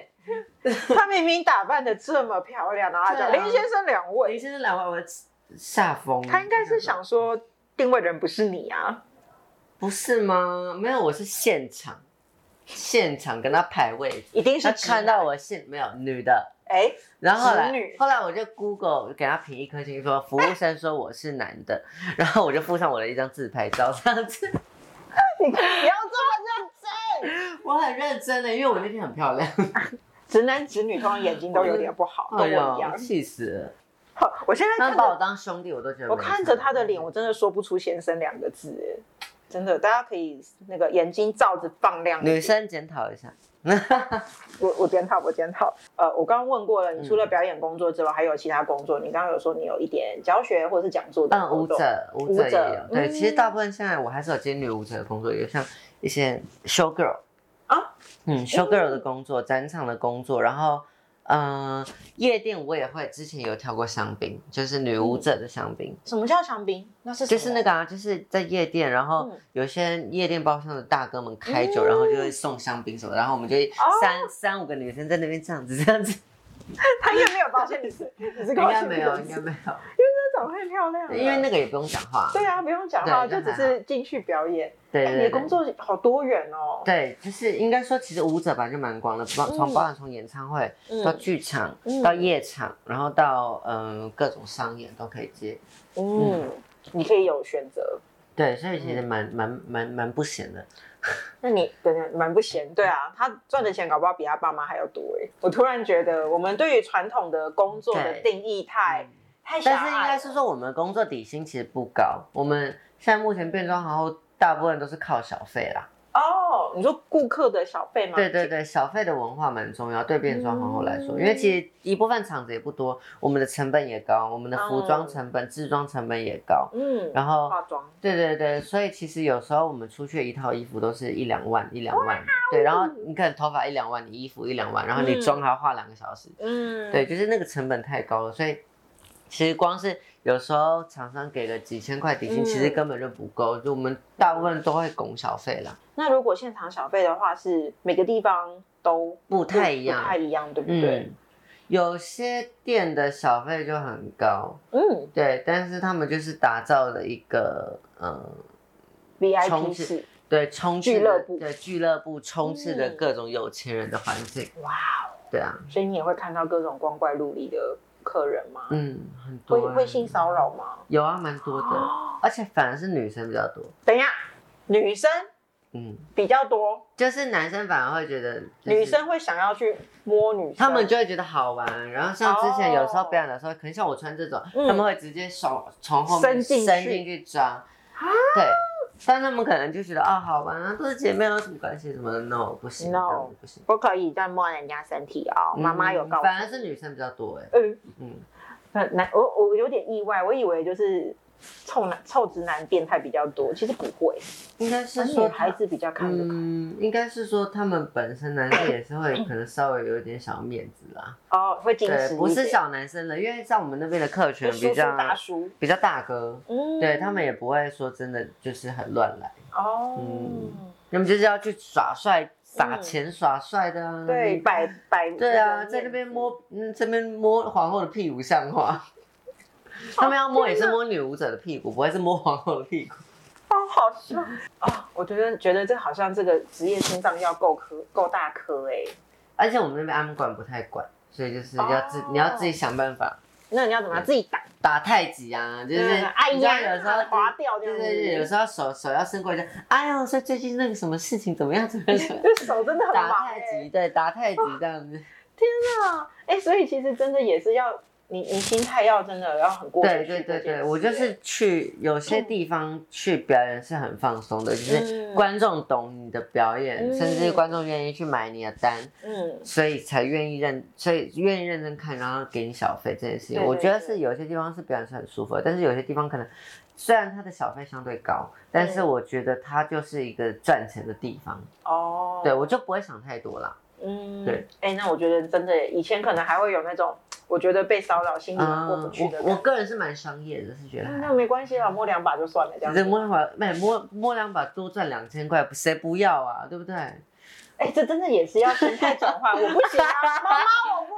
Speaker 2: 她明明打扮的这么漂亮，然后她叫
Speaker 1: 对啊
Speaker 2: 林先生两
Speaker 1: 林
Speaker 2: 位，
Speaker 1: 先生两位我吓疯了。
Speaker 2: 她应该是想说定位的人不是你啊。
Speaker 1: 不是吗？没有，我是现场，现场跟他排位置，
Speaker 2: 一定是
Speaker 1: 他
Speaker 2: 直
Speaker 1: 看
Speaker 2: 男
Speaker 1: 到我现没有女的，
Speaker 2: 哎、
Speaker 1: 然后后来
Speaker 2: 直女
Speaker 1: 后来我就 Google 给他评一颗星说服务生说我是男的， 然后我就附上我的一张自拍照，这样 子，
Speaker 2: 你不要这么认真。
Speaker 1: 我很认真的，因为我那天很漂亮，
Speaker 2: 直男直女通常眼睛都有点不好，
Speaker 1: 嗯
Speaker 2: 跟我一样。
Speaker 1: 哎气死了，
Speaker 2: 好我现在
Speaker 1: 他们
Speaker 2: 看
Speaker 1: 把我
Speaker 2: 着
Speaker 1: 当兄弟，我都觉得
Speaker 2: 我
Speaker 1: 没
Speaker 2: 看
Speaker 1: 差
Speaker 2: 着他的脸，我真的说不出“先生”两个字，哎真的。大家可以那个眼睛罩子放亮一点。
Speaker 1: 女生检讨一下，
Speaker 2: 我我检讨，我检讨。呃，我刚刚问过了，
Speaker 1: 嗯
Speaker 2: 你除了表演工作之外，还有其他工作？你刚刚有说你有一点教学或者是讲座的
Speaker 1: 嗯，
Speaker 2: 活
Speaker 1: 舞
Speaker 2: 动，
Speaker 1: 者舞
Speaker 2: 舞
Speaker 1: 者也
Speaker 2: 者
Speaker 1: 有，对，其实
Speaker 2: 嗯
Speaker 1: 大部分现在我还是有接女舞者的工作，有像一些 show girl
Speaker 2: 啊，
Speaker 1: 嗯，show girl 的工作，展场的工作，然后嗯、呃夜店我也会，之前有跳过香槟，就是女舞者的香槟，
Speaker 2: 什么叫香槟？那嗯是什
Speaker 1: 就
Speaker 2: 么
Speaker 1: 是那个啊，就是在夜店，然后
Speaker 2: 嗯
Speaker 1: 有些夜店包厢的大哥们开酒，
Speaker 2: 嗯哦
Speaker 1: 然后就会送香槟什么，然后我们就三、三五个女生在那边这样子这样子，
Speaker 2: 他应该没有发现你是你是
Speaker 1: 应
Speaker 2: 高
Speaker 1: 该
Speaker 2: 兴
Speaker 1: 没有，应该没
Speaker 2: 那长太漂亮了，
Speaker 1: 有，因为那个也不用讲话，
Speaker 2: 对啊，不用讲话，
Speaker 1: 对
Speaker 2: 就
Speaker 1: 就还
Speaker 2: 只
Speaker 1: 好
Speaker 2: 是进去表演。
Speaker 1: 对
Speaker 2: 哎，
Speaker 1: 对
Speaker 2: 你
Speaker 1: 对。
Speaker 2: 的工作好多元哦。
Speaker 1: 对，就是应该说，其实舞者本来就蛮广的，包从
Speaker 2: 嗯
Speaker 1: 包含从演唱会
Speaker 2: 嗯
Speaker 1: 到剧场
Speaker 2: 嗯
Speaker 1: 到夜场，然后到嗯、呃各种商演都可以接。
Speaker 2: 嗯，你可以有选择。
Speaker 1: 对，所以其
Speaker 2: 嗯
Speaker 1: 实蛮蛮蛮蛮不闲的。
Speaker 2: 那你等等蛮不闲，对啊，他赚的钱搞不好比他爸妈还要多哎。我突然觉得，我们对于传统的工作的
Speaker 1: 对
Speaker 2: 定义太
Speaker 1: 嗯
Speaker 2: 太狭
Speaker 1: 但是应
Speaker 2: 隘
Speaker 1: 该
Speaker 2: 了。
Speaker 1: 是说，我们工作底薪其实不高，我们现在目前变装皇后大部分都是靠小费啦。
Speaker 2: 哦，你说顾客的小费吗？
Speaker 1: 对对对，小费的文化蛮重要，对变装皇后来说，
Speaker 2: 嗯
Speaker 1: 因为其实一部分厂子也不多，我们的成本也高，我们的服
Speaker 2: 嗯
Speaker 1: 装成本、制装成本也高，
Speaker 2: 嗯，
Speaker 1: 然后
Speaker 2: 化妆，
Speaker 1: 对对对，所以其实有时候我们出去一套衣服都是一两万一两万，对，然后你可能头发一两万，你衣服一两万，然后
Speaker 2: 哦嗯
Speaker 1: 你妆还要化两个小时，
Speaker 2: 嗯，
Speaker 1: 对，，就是那个成本太高了，所以其实光是有时候厂商给个几千块底薪，
Speaker 2: 嗯
Speaker 1: 其实根本就不够，就我们大部分都会拱小费啦，
Speaker 2: 那如果现场小费的话，是每个地方都
Speaker 1: 不太一样
Speaker 2: 不太一样，对不对？
Speaker 1: 嗯，有些店的小费就很高，
Speaker 2: 嗯
Speaker 1: 对，但是他们就是打造了一个嗯。
Speaker 2: ，VIP
Speaker 1: 充斥
Speaker 2: 室，
Speaker 1: 对，充斥
Speaker 2: 俱乐
Speaker 1: 的
Speaker 2: 部
Speaker 1: 对俱乐部充斥着
Speaker 2: 嗯
Speaker 1: 各种有钱人的环境，
Speaker 2: 哇哦，
Speaker 1: 对啊，
Speaker 2: 所以你也会看到各种光怪陆离的客人吗？
Speaker 1: 嗯，很多
Speaker 2: 会
Speaker 1: 啊
Speaker 2: 会性骚扰吗？哦
Speaker 1: 有啊，蛮多的，而且反而是女生比较多。
Speaker 2: 等一下，女生
Speaker 1: 嗯，
Speaker 2: 比较多，
Speaker 1: 就是男生反而会觉得、就是
Speaker 2: 女生会想要去摸女生，
Speaker 1: 他们就会觉得好玩。然后像之前有时候表演的时候，可能像我穿这种，
Speaker 2: 哦嗯
Speaker 1: 他们会直接手从后面
Speaker 2: 伸进去啊
Speaker 1: 伸进去抓，对。但他们可能就觉得啊、好玩啊，都是姐妹有什么关系？什么的 no 不行
Speaker 2: No
Speaker 1: 这样子不行。
Speaker 2: 不可以再摸人家身体哦。妈妈有告
Speaker 1: 嗯
Speaker 2: 诉，
Speaker 1: 反而是女生比较多哎、
Speaker 2: 嗯，
Speaker 1: 嗯，
Speaker 2: 很难，我我有点意外，我以为就是臭男臭直男变态比较多，其实不会，
Speaker 1: 应该是
Speaker 2: 女
Speaker 1: 说
Speaker 2: 孩子比较看得开。
Speaker 1: 嗯，应该是说他们本身男生也是会可能稍微有一点小面子啦，
Speaker 2: 哦，会矜持一
Speaker 1: 对，
Speaker 2: 点，
Speaker 1: 不是小男生了，因为像我们那边的客群
Speaker 2: 就叔
Speaker 1: 比
Speaker 2: 叔
Speaker 1: 较
Speaker 2: 大叔，
Speaker 1: 比较大哥，
Speaker 2: 嗯，
Speaker 1: 对他们也不会说真的就是很乱来，
Speaker 2: 哦，
Speaker 1: 嗯他们就是要去耍帅、撒
Speaker 2: 嗯
Speaker 1: 钱、耍帅的啊，
Speaker 2: 对，
Speaker 1: 嗯
Speaker 2: 摆摆
Speaker 1: 对啊，
Speaker 2: 个
Speaker 1: 在那
Speaker 2: 面
Speaker 1: 边
Speaker 2: 子，
Speaker 1: 摸，嗯，这边摸皇后的屁股像话。
Speaker 2: 哦
Speaker 1: 他们要摸也是摸女舞者的屁股，不会是摸皇后的屁股。
Speaker 2: 哦，好笑哦，我觉得觉得这好像这个职业心脏要够颗够大颗哎，
Speaker 1: 而且我们那边安管不太管，所以就是要自、
Speaker 2: 哦
Speaker 1: 你要自己想办法
Speaker 2: 那你要怎么样自己打？
Speaker 1: 打太极啊，就是
Speaker 2: 对对对哎
Speaker 1: 你知道
Speaker 2: 呀，
Speaker 1: 有时候
Speaker 2: 滑掉这
Speaker 1: 对
Speaker 2: 样子，，
Speaker 1: 对对，有时候手手要伸过去，哎呀，所以最近那个什么事情怎么样怎么样怎么样
Speaker 2: 这手真的很
Speaker 1: 打
Speaker 2: 忙
Speaker 1: 太
Speaker 2: 哎
Speaker 1: 极，对，打太极这样 子，
Speaker 2: 啊，哎、所以其实真的也是要你，你心态要真的要很过得
Speaker 1: 对
Speaker 2: 去
Speaker 1: 对对
Speaker 2: 这件
Speaker 1: 对，
Speaker 2: 事
Speaker 1: 我就
Speaker 2: 哎
Speaker 1: 是去有些地方去表演是很放松的，就是
Speaker 2: 嗯
Speaker 1: 观众懂你的表演，
Speaker 2: 嗯
Speaker 1: 甚至观众愿意去买你的单，
Speaker 2: 嗯，
Speaker 1: 所以才愿意认，所以愿意认真看，然后给你小费这件事情，
Speaker 2: 对对
Speaker 1: 我觉得
Speaker 2: 对
Speaker 1: 是有些地方是表演是很舒服的，但是有些地方可能虽然它的小费相对高，但是
Speaker 2: 嗯
Speaker 1: 我觉得它就是一个赚钱的地方，
Speaker 2: 哦，
Speaker 1: 对我就不会想太多啦。
Speaker 2: 嗯，
Speaker 1: 对，
Speaker 2: 哎、那我觉得真的以前可能还会有那种，我觉得被骚扰心里蛮过不
Speaker 1: 嗯，
Speaker 2: 去的感觉、
Speaker 1: 我我个人是蛮商业的，是觉得
Speaker 2: 嗯
Speaker 1: 还
Speaker 2: 那
Speaker 1: 好。
Speaker 2: 没关系啦，摸两把就算了，这样
Speaker 1: 只
Speaker 2: 子
Speaker 1: 是。摸两把，没摸摸两把多赚两千块，谁不要啊？对不对？
Speaker 2: 哎、这真的也是要心态转换，我不行啊，妈妈，我不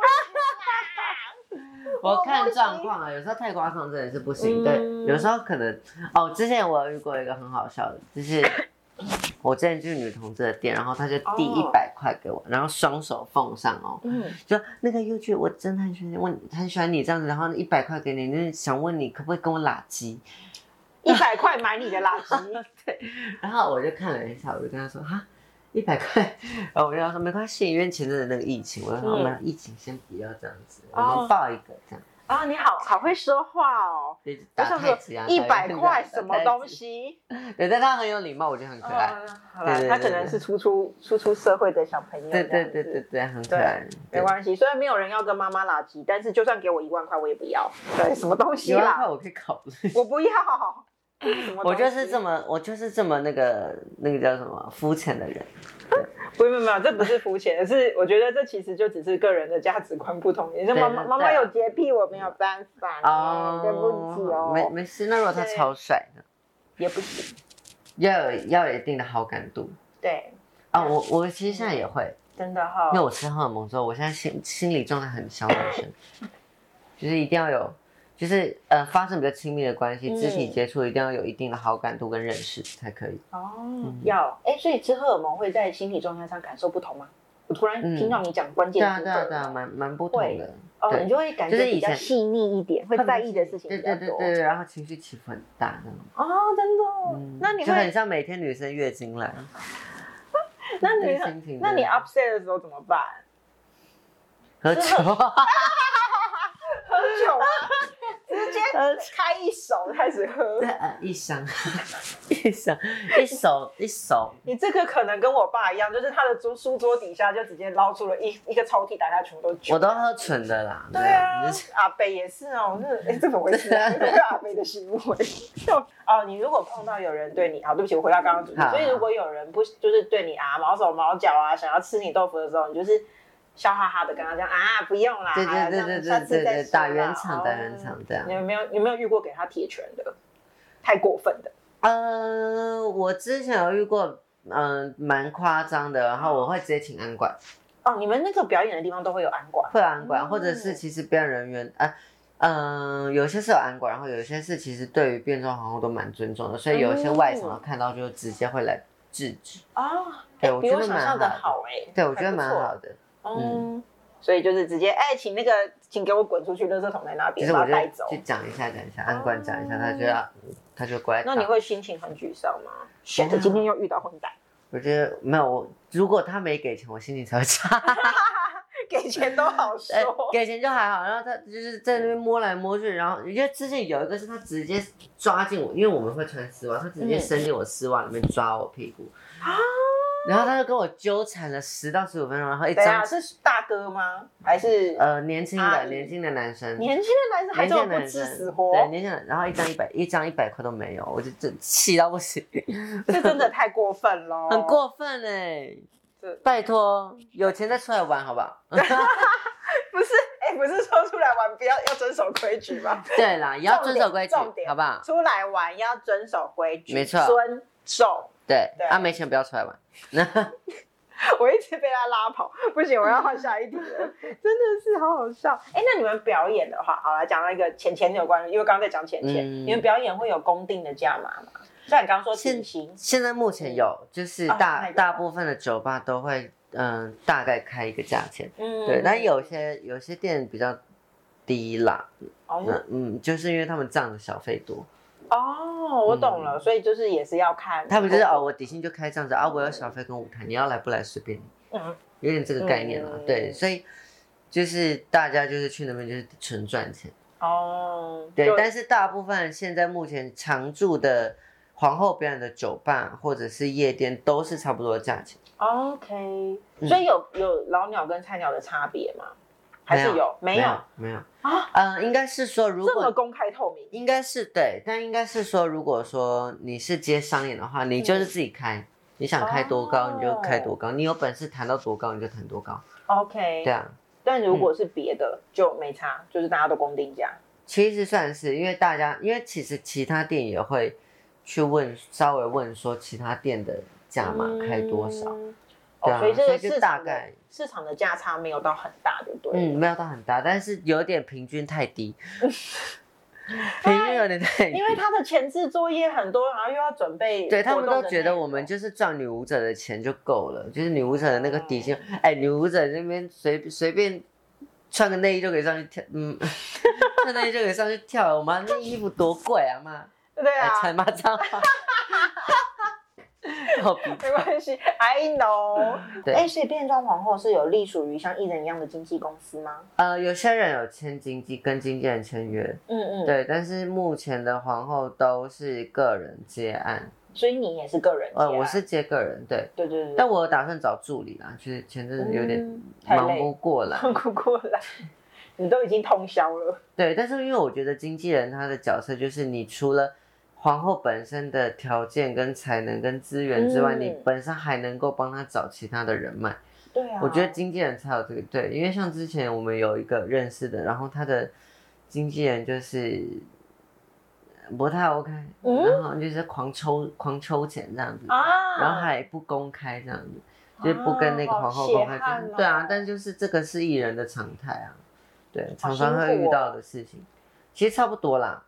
Speaker 1: 我看状况啊，有时候太夸张真的是不行。
Speaker 2: 嗯
Speaker 1: 对，有时候可能哦，之前我有遇过一个很好笑的，就是 我之前去女同志的店，然后他就递一
Speaker 2: 哦
Speaker 1: 百块给我，然后双手奉上哦，
Speaker 2: 行，嗯，
Speaker 1: 就那个又觉得我真的很喜欢你，我很喜欢你这样子，然后一百块给你，就是想问你可不可以跟我拉鸡？
Speaker 2: 一百块买你的垃圾，
Speaker 1: 然后我就看了一下，我就跟他说哈。一百块， 然后我就跟他说没关系，因为前阵子那个疫情，我就说
Speaker 2: 嗯
Speaker 1: 我们疫情先不要这样子，我
Speaker 2: 哦
Speaker 1: 们报一个这样，
Speaker 2: 啊，你好好会说话哦，
Speaker 1: 对，就
Speaker 2: 就
Speaker 1: 打
Speaker 2: 像
Speaker 1: 太
Speaker 2: 说
Speaker 1: 极啊，
Speaker 2: 一
Speaker 1: 打
Speaker 2: 百
Speaker 1: 太极
Speaker 2: 块什么东？西。
Speaker 1: 打太极对，但他很有礼貌，我觉得很可爱。
Speaker 2: 嗯，好啦
Speaker 1: 对对对
Speaker 2: 他可能是初出初出社会的小朋友，
Speaker 1: 对
Speaker 2: 这
Speaker 1: 对
Speaker 2: 样子
Speaker 1: 对对，对，很可爱。
Speaker 2: 没关系。虽然没有人要跟妈妈拉鸡，但是就算给我一万块，我也不 要。对，什么东
Speaker 1: 系
Speaker 2: 西
Speaker 1: 一万块
Speaker 2: 啦，
Speaker 1: 我可以考虑。
Speaker 2: 我不要。 什么东西
Speaker 1: 啊我就是这么，我就是这么那个那个叫什么肤浅的人。
Speaker 2: 不，没有没有，这不是肤浅，是我觉得这其实就只是个人的价值观不同。你说妈妈
Speaker 1: 对对啊
Speaker 2: 妈妈有洁癖，我没有办法
Speaker 1: 哦
Speaker 2: 对不起哦，
Speaker 1: 没没事。那如果他
Speaker 2: 对
Speaker 1: 超帅呢？
Speaker 2: 也不行。
Speaker 1: 要有要有一定的好感度
Speaker 2: 对，
Speaker 1: 啊！我我其实现在也会，
Speaker 2: 真的哈
Speaker 1: 因为，我吃荷尔蒙之后，我现在心心理状态很小女生，就是一定要有，就是呃发生比较亲密的关系，肢体
Speaker 2: 嗯
Speaker 1: 接触一定要有一定的好感度跟认识才可以。
Speaker 2: 哦
Speaker 1: 嗯，
Speaker 2: 要哎，所以吃荷尔蒙会在心理状态上感受不同吗？我突然
Speaker 1: 嗯
Speaker 2: 听到你讲关
Speaker 1: 对
Speaker 2: 键
Speaker 1: 啊
Speaker 2: 字
Speaker 1: 对
Speaker 2: 荷
Speaker 1: 啊
Speaker 2: 尔
Speaker 1: 对啊，
Speaker 2: 蒙
Speaker 1: 蛮蛮不同的。
Speaker 2: 哦，
Speaker 1: 对
Speaker 2: 你就会感
Speaker 1: 就
Speaker 2: 觉
Speaker 1: 是以
Speaker 2: 比较
Speaker 1: 前
Speaker 2: 细腻一点，会在意的事情
Speaker 1: 对
Speaker 2: 比较
Speaker 1: 对
Speaker 2: 多。
Speaker 1: 对对，然后情绪起伏很大这样。
Speaker 2: 哦，真的哦、
Speaker 1: 嗯，
Speaker 2: 那你
Speaker 1: 就很
Speaker 2: 会，
Speaker 1: 像每天女生月经 来，
Speaker 2: 那
Speaker 1: 对
Speaker 2: 你
Speaker 1: 心情
Speaker 2: 很，那你
Speaker 1: 真的
Speaker 2: upset 的时候怎么办？
Speaker 1: 喝酒，
Speaker 2: 啊喝酒吗？直接
Speaker 1: 喝
Speaker 2: 开一手开始喝
Speaker 1: 对。呃 一箱一箱一手一手，
Speaker 2: 你这个可能跟我爸一样，就是他的桌书桌底下就直接捞出了一一个抽屉，打下全部都酒。
Speaker 1: 我都喝纯的啦。
Speaker 2: 对啊
Speaker 1: 就是，
Speaker 2: 阿北也是哦，那哎、怎么回事、啊？这是阿北的行为。 就哦，你如果碰到有人对你，好，啊对不起，我回到刚刚主题
Speaker 1: 好。
Speaker 2: 所以如果有人不就是对你啊毛手毛脚啊，想要吃你豆腐的时候，你就是笑哈哈的跟他讲啊，不用啦，
Speaker 1: 对对对
Speaker 2: 这
Speaker 1: 对
Speaker 2: 样
Speaker 1: 对
Speaker 2: 下
Speaker 1: 对
Speaker 2: 次再
Speaker 1: 对，
Speaker 2: 说啦
Speaker 1: 打圆场
Speaker 2: 哦
Speaker 1: 打圆场这样
Speaker 2: 你。有没有有没有遇过给他铁拳的？太过分的，
Speaker 1: 呃，我之前有遇过，嗯，蛮夸张的，然后我会直接请安管，
Speaker 2: 哦！你们那个表演的地方都会有安管，
Speaker 1: 会有安管，或者是
Speaker 2: 嗯
Speaker 1: 其实表演人员啊。嗯、有些是有安管，然后有些是其实对于变装皇后都蛮尊重的，所以有一些外场的看到就直接会来制止。
Speaker 2: 哦，
Speaker 1: 对
Speaker 2: 哎
Speaker 1: 我
Speaker 2: 比
Speaker 1: 觉
Speaker 2: 我
Speaker 1: 得
Speaker 2: 想
Speaker 1: 蛮
Speaker 2: 象的
Speaker 1: 好的
Speaker 2: 好哎、
Speaker 1: 对，我觉
Speaker 2: 还
Speaker 1: 得
Speaker 2: 不
Speaker 1: 蛮
Speaker 2: 错
Speaker 1: 好的。嗯
Speaker 2: 嗯，所以就是直接哎、请那个，请给我滚出去，垃圾桶在那
Speaker 1: 其
Speaker 2: 边，
Speaker 1: 实
Speaker 2: 把
Speaker 1: 我
Speaker 2: 它
Speaker 1: 就
Speaker 2: 带走。哦
Speaker 1: 去讲一下，讲一下，安管讲一下，他就要，他就过来打。
Speaker 2: 那你会心情很沮丧吗？
Speaker 1: 不会
Speaker 2: shit，今天又遇到混蛋，
Speaker 1: 我觉得没有，我如果他没给钱，我心情才会差。
Speaker 2: 给钱都好说
Speaker 1: 呃，，给钱就还好，然后他就是在那边摸来摸去，然后因为之前有一个是他直接抓进我，因为我们会穿丝袜，他直接
Speaker 2: 嗯啊
Speaker 1: 伸进我丝袜里面抓我屁股，然后他就跟我纠缠了十到十五分钟，然后一
Speaker 2: 等一
Speaker 1: 张
Speaker 2: 下是大哥吗？还是
Speaker 1: 呃年轻
Speaker 2: 阿
Speaker 1: 的
Speaker 2: 姨
Speaker 1: 年轻的男生，
Speaker 2: 年轻的男生还
Speaker 1: 年
Speaker 2: 这
Speaker 1: 轻
Speaker 2: 么
Speaker 1: 的
Speaker 2: 不
Speaker 1: 男
Speaker 2: 知
Speaker 1: 生
Speaker 2: 死
Speaker 1: 对
Speaker 2: 活？
Speaker 1: 年轻人，然后一张一百一张一百块都没有，我就真气到不行，
Speaker 2: 这真的太过分 了，
Speaker 1: 很。过分哎、
Speaker 2: 哦这嗯
Speaker 1: 拜托，有钱再出来玩好不好？
Speaker 2: 不是，哎、不是说出来玩不要要遵守规矩吗？
Speaker 1: 对啦，也要遵守规矩
Speaker 2: 重点，
Speaker 1: 好不好？
Speaker 2: 出来玩要遵守规矩，
Speaker 1: 没错
Speaker 2: 遵守。
Speaker 1: 对
Speaker 2: 对，
Speaker 1: 啊，没钱不要出来玩。
Speaker 2: 我一直被他拉跑，不行，我要换下一题了， 真的是好好笑。哎、那你们表演的话，好了，讲到一个钱钱有关，因为刚刚在讲钱钱，
Speaker 1: 嗯
Speaker 2: 你们表演会有公定的价码吗？像你刚刚说
Speaker 1: 现
Speaker 2: 体型，
Speaker 1: 现在目前有，就是
Speaker 2: 啊
Speaker 1: 大、
Speaker 2: 那个
Speaker 1: 大部分的酒吧都会，嗯，大概开一个价钱，
Speaker 2: 嗯
Speaker 1: 对，但有些有些店比较低啦，
Speaker 2: 哦
Speaker 1: 嗯嗯，就是因为他们这样的小费多，
Speaker 2: 哦，我懂了，所以就是也是要看
Speaker 1: 嗯他们就是哦，我底薪就开这样子啊，我有小费跟舞台，你要来不来随便你，
Speaker 2: 嗯
Speaker 1: 有点这个概念啦，啊
Speaker 2: 嗯
Speaker 1: 对，所以就是大家就是去那边就是纯赚钱，
Speaker 2: 哦，
Speaker 1: 对
Speaker 2: 就，
Speaker 1: 但是大部分现在目前常驻的皇后表演的酒吧或者是夜店都是差不多的价钱。
Speaker 2: OK，
Speaker 1: 嗯
Speaker 2: 所以有有老鸟跟菜鸟的差别吗？还是有？没有
Speaker 1: 有没有
Speaker 2: 啊？
Speaker 1: 嗯、应该是说如
Speaker 2: 这么
Speaker 1: 果
Speaker 2: 公开透明
Speaker 1: 应该是对，但应该是说如果说你是接商演的话，你
Speaker 2: 嗯
Speaker 1: 就是自己开，你想开多高
Speaker 2: 哦
Speaker 1: 你就开多高，你有本事弹到多高你就弹多高，
Speaker 2: ？OK，
Speaker 1: 对啊。
Speaker 2: 但如果是别的就没差，就是大家都公定价。
Speaker 1: 其实算是，因为大家，因为其实其他店也会去问，稍微问说其他店的价码开多少，
Speaker 2: 嗯
Speaker 1: 对
Speaker 2: 哦，
Speaker 1: 啊
Speaker 2: 所以这
Speaker 1: 所
Speaker 2: 个
Speaker 1: 以就
Speaker 2: 市
Speaker 1: 大
Speaker 2: 场的
Speaker 1: 概
Speaker 2: 市场的价差没有到很大，对不对？
Speaker 1: 嗯，没有到很大，但是有点平均太低，平均有点太低
Speaker 2: 嗯因。为他的前置作业很多，然后又要准备，
Speaker 1: 对他们都觉得我们就是赚女舞者的钱就够了，就是女舞者的那个底
Speaker 2: 哦
Speaker 1: 薪，哎，女舞者那边随随便穿个内衣就可以上去跳，嗯， 穿内衣就可以上去跳了，我妈那衣服多贵啊妈，
Speaker 2: 对
Speaker 1: 哎
Speaker 2: 啊，，
Speaker 1: 穿妈脏话，好逼
Speaker 2: 没关系，I know。
Speaker 1: 对
Speaker 2: 哎，所以变装皇后是有隶属于像艺人一样的经纪公司吗？
Speaker 1: 呃，有些人有签经纪跟经纪人签约，
Speaker 2: 嗯嗯，。
Speaker 1: 对，但是目前的皇后都是个人接案，
Speaker 2: 所以你也是个人接案
Speaker 1: 呃，我是接个人，对。
Speaker 2: 对对对，
Speaker 1: 但我有打算找助理啦，就是前阵子有点
Speaker 2: 嗯太累
Speaker 1: 忙不过 来，
Speaker 2: 痛苦过来，你都已经通宵 了。
Speaker 1: 对，但是因为我觉得经纪人他的角色就是，你除了皇后本身的条件跟才能跟资源之外，
Speaker 2: 嗯
Speaker 1: 你本身还能够帮他找其他的人脉。
Speaker 2: 对啊，
Speaker 1: 我觉得经纪人才有这个对，因为像之前我们有一个认识的，然后他的经纪人就是不太 OK，、
Speaker 2: 嗯
Speaker 1: 然后就是狂抽狂抽钱这样子，
Speaker 2: 啊，
Speaker 1: 然后还不公开这样子。就是不跟那个皇后公开
Speaker 2: 啊好血汗
Speaker 1: 就是
Speaker 2: 哦
Speaker 1: 对啊，但就是这个是艺人的常态啊，对，
Speaker 2: 好
Speaker 1: 常常会
Speaker 2: 辛苦哦
Speaker 1: 遇到的事情，其实差不多啦。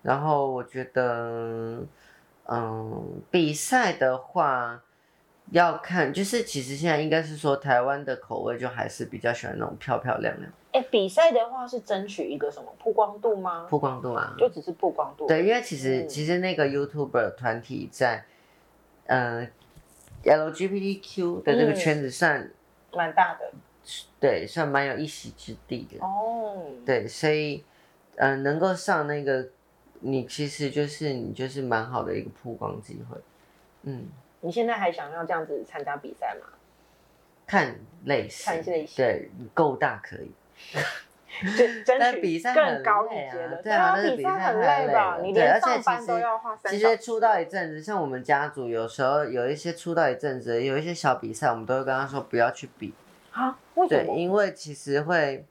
Speaker 1: 然后我觉得，嗯，比赛的话要看，就是其实现在应该是说台湾的口味就还是比较喜欢那种漂漂亮亮、
Speaker 2: 哎，比赛的话是争取一个什么曝光度吗？
Speaker 1: 曝光度啊。
Speaker 2: 就嗯只是曝光度。
Speaker 1: 对，因为其实其实那个 YouTuber 团体在，嗯、LGBTQ 的这个
Speaker 2: 嗯
Speaker 1: 圈子算
Speaker 2: 蛮大的
Speaker 1: 对，算蛮有一席之地的。
Speaker 2: 哦。，
Speaker 1: 对，所以，嗯、能够上那个，你其实就是你就是蛮好的一个曝光机会。嗯，
Speaker 2: 你现在还想要这样子参加比赛 吗？
Speaker 1: 看类型，
Speaker 2: 看类型
Speaker 1: 对，够大可以。
Speaker 2: 就争
Speaker 1: 但
Speaker 2: 取
Speaker 1: 比赛
Speaker 2: 更
Speaker 1: 很
Speaker 2: 高一
Speaker 1: 累啊
Speaker 2: 阶的。
Speaker 1: 对啊但是
Speaker 2: 比
Speaker 1: 比
Speaker 2: 赛
Speaker 1: 赛
Speaker 2: 很
Speaker 1: 太
Speaker 2: 累
Speaker 1: 累
Speaker 2: 吧？
Speaker 1: 了
Speaker 2: 你
Speaker 1: 对
Speaker 2: 连
Speaker 1: 而且
Speaker 2: 上
Speaker 1: 其
Speaker 2: 班都
Speaker 1: 实
Speaker 2: 要花三
Speaker 1: 其
Speaker 2: 小
Speaker 1: 实
Speaker 2: 时
Speaker 1: 出道一阵子，像我们家族有时候有一些出道一阵子，有一些小比赛，我们都会跟他说不要去比，
Speaker 2: 啊？为什
Speaker 1: 对，
Speaker 2: 么？
Speaker 1: 因为其实会，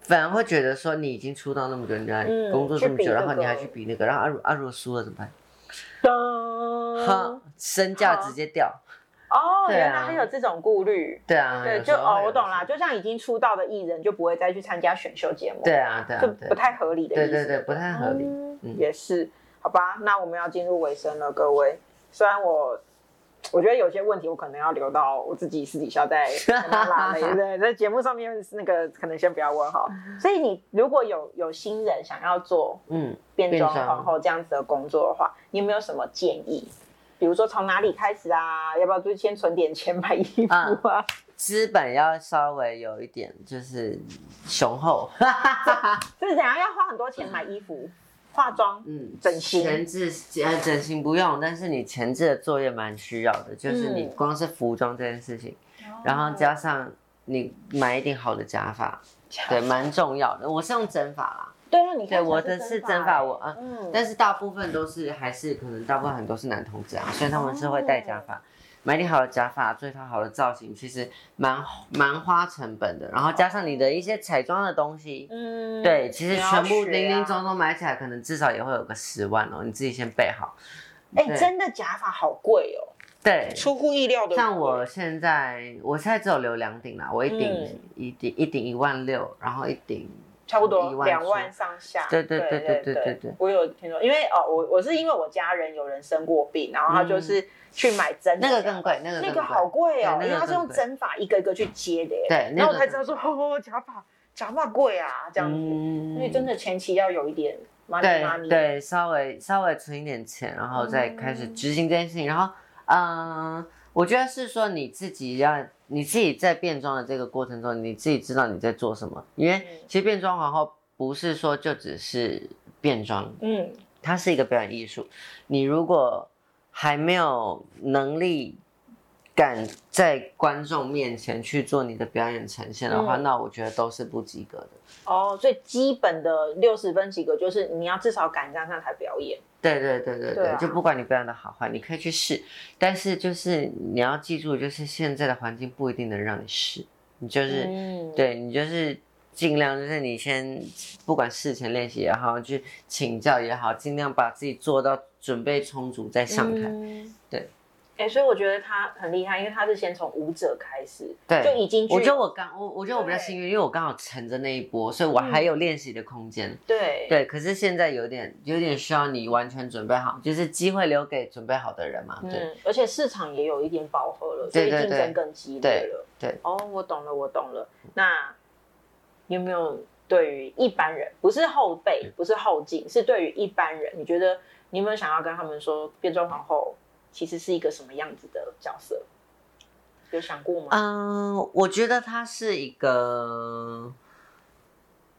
Speaker 1: 反而会觉得说你已经出道那么久，你还
Speaker 2: 嗯
Speaker 1: 工作这么
Speaker 2: 去比
Speaker 1: 久，
Speaker 2: 这
Speaker 1: 然后你还
Speaker 2: 个
Speaker 1: 去比那个，然后阿如阿如输了怎么办？哈
Speaker 2: 噔，
Speaker 1: 身价
Speaker 2: 嗯好
Speaker 1: 直接掉。
Speaker 2: 哦，
Speaker 1: 对啊
Speaker 2: 原来还有这种顾虑。
Speaker 1: 对啊，
Speaker 2: 对，
Speaker 1: 有
Speaker 2: 就
Speaker 1: 时候
Speaker 2: 哦
Speaker 1: 会，有
Speaker 2: 我懂
Speaker 1: 这
Speaker 2: 啦，
Speaker 1: 种。
Speaker 2: 就像已经出道的艺人就不会再去参加选秀节目，
Speaker 1: 对啊，对啊，
Speaker 2: 这
Speaker 1: 对
Speaker 2: 不太合理的意
Speaker 1: 对对
Speaker 2: 思。
Speaker 1: 对，不太合理。
Speaker 2: 嗯
Speaker 1: 嗯
Speaker 2: 也是，好吧，那我们要进入尾声了，各位。虽然我我觉得有些问题我可能要留到我自己私底 下再跟他拉了，对不对？在节目上面那个可能先不要 问哈。所以你如果有有新人想要做
Speaker 1: 嗯，
Speaker 2: 变装
Speaker 1: 变装
Speaker 2: 皇后这样子的工作的话，你有没有什么建议？比如说从哪里开始啊？要不要就先存点钱买衣服啊？
Speaker 1: 资本要稍微有一点就是雄 厚，
Speaker 2: 嗯就是怎样要花很多钱买衣服、化妆？
Speaker 1: 嗯，
Speaker 2: 整形
Speaker 1: 前置呃整形不用，但是你前置的作业蛮需要的，就是你
Speaker 2: 嗯哦
Speaker 1: 光是服装这件事情，然后加上你买一顶好的假发，对，蛮重要的。我是用针法啦，
Speaker 2: 对啊，你
Speaker 1: 对，
Speaker 2: 看
Speaker 1: 我的是针法，，我啊，
Speaker 2: 嗯，
Speaker 1: 但是大部分都是还是可能大部分很多是男同志啊，所以他们是会戴假
Speaker 2: 哦
Speaker 1: 发，买顶好的假发，做一套好的造型，其实蛮蛮花成本的。然后加上你的一些彩妆的东西，
Speaker 2: 嗯，
Speaker 1: 对，其实
Speaker 2: 你要
Speaker 1: 全部
Speaker 2: 学
Speaker 1: 零零总
Speaker 2: 啊。
Speaker 1: 总买起来，可能至少也会有个十万哦，你自己先备好。
Speaker 2: 哎，
Speaker 1: 对
Speaker 2: 真的假发好贵哦，
Speaker 1: 对，
Speaker 2: 出乎意料的贵。
Speaker 1: 像我现在我现在只有留两顶啦，我一顶、
Speaker 2: 嗯
Speaker 1: 一顶一顶一万六，然后一顶
Speaker 2: 差不
Speaker 1: 一
Speaker 2: 多
Speaker 1: 万
Speaker 2: 两
Speaker 1: 出
Speaker 2: 万上下。
Speaker 1: 对对对
Speaker 2: 对
Speaker 1: 对
Speaker 2: 对
Speaker 1: 对对
Speaker 2: 我有听说，因为哦，我我是因为我家人有人生过病，然后他就是去买针，
Speaker 1: 嗯那个更贵，那个
Speaker 2: 那
Speaker 1: 更
Speaker 2: 个
Speaker 1: 贵
Speaker 2: 好贵哦，
Speaker 1: 对那个
Speaker 2: 因为他是
Speaker 1: 更
Speaker 2: 用
Speaker 1: 贵
Speaker 2: 针法一个一个去接的耶。
Speaker 1: 对，
Speaker 2: 然
Speaker 1: 那
Speaker 2: 后
Speaker 1: 个
Speaker 2: 我才知道说，哦，假发假发贵啊，这样子。
Speaker 1: 嗯
Speaker 2: 所以真的前期要有一点 money
Speaker 1: 对
Speaker 2: money。，
Speaker 1: 对，稍微稍微存一点钱，然后再开始
Speaker 2: 嗯
Speaker 1: 执行这件事情。然后，嗯、我觉得是说你自己要你自己在变装的这个过程中，你自己知道你在做什么。因为
Speaker 2: 嗯
Speaker 1: 其实变装皇后不是说就只是变装，
Speaker 2: 嗯，
Speaker 1: 它是一个表演艺术。你如果还没有能力敢在观众面前去做你的表演呈现的话，
Speaker 2: 嗯
Speaker 1: 那我觉得都是不及格的。
Speaker 2: 哦，最基本的六十分及格就是你要至少敢站上台表演。
Speaker 1: 对对对对对，
Speaker 2: 对啊
Speaker 1: 就不管你表演的好坏，你可以去试，但是就是你要记住，就是现在的环境不一定能让你试，你就是、
Speaker 2: 嗯，
Speaker 1: 对你就是尽量就是你先不管事前练习也好，去请教也好，尽量把自己做到准备充足再上台。
Speaker 2: 嗯
Speaker 1: 对。
Speaker 2: 哎、所以我觉得他很厉害，因为他是先从舞者开始，
Speaker 1: 对
Speaker 2: 就已经去
Speaker 1: 我觉得我刚我我觉得我比较
Speaker 2: 对嗯
Speaker 1: 幸运，因为我刚好乘着那一波，所以我还有练习的空间。
Speaker 2: 对
Speaker 1: 对，可是现在有点有点需要你完全准备好，就是机会留给准备好的人嘛。对，
Speaker 2: 嗯，而且市场也有一点饱和了，所
Speaker 1: 对
Speaker 2: 以
Speaker 1: 对
Speaker 2: 竞
Speaker 1: 对
Speaker 2: 争更激烈了。
Speaker 1: 对对
Speaker 2: 哦，我懂了，我懂了。那有没有对于一般人，不是后辈，不是后进，是对于一般人，你觉得你有没有想要跟他们说，变装皇后其实是一个什么样子的角色？有想过吗？
Speaker 1: 嗯，我觉得它是一个，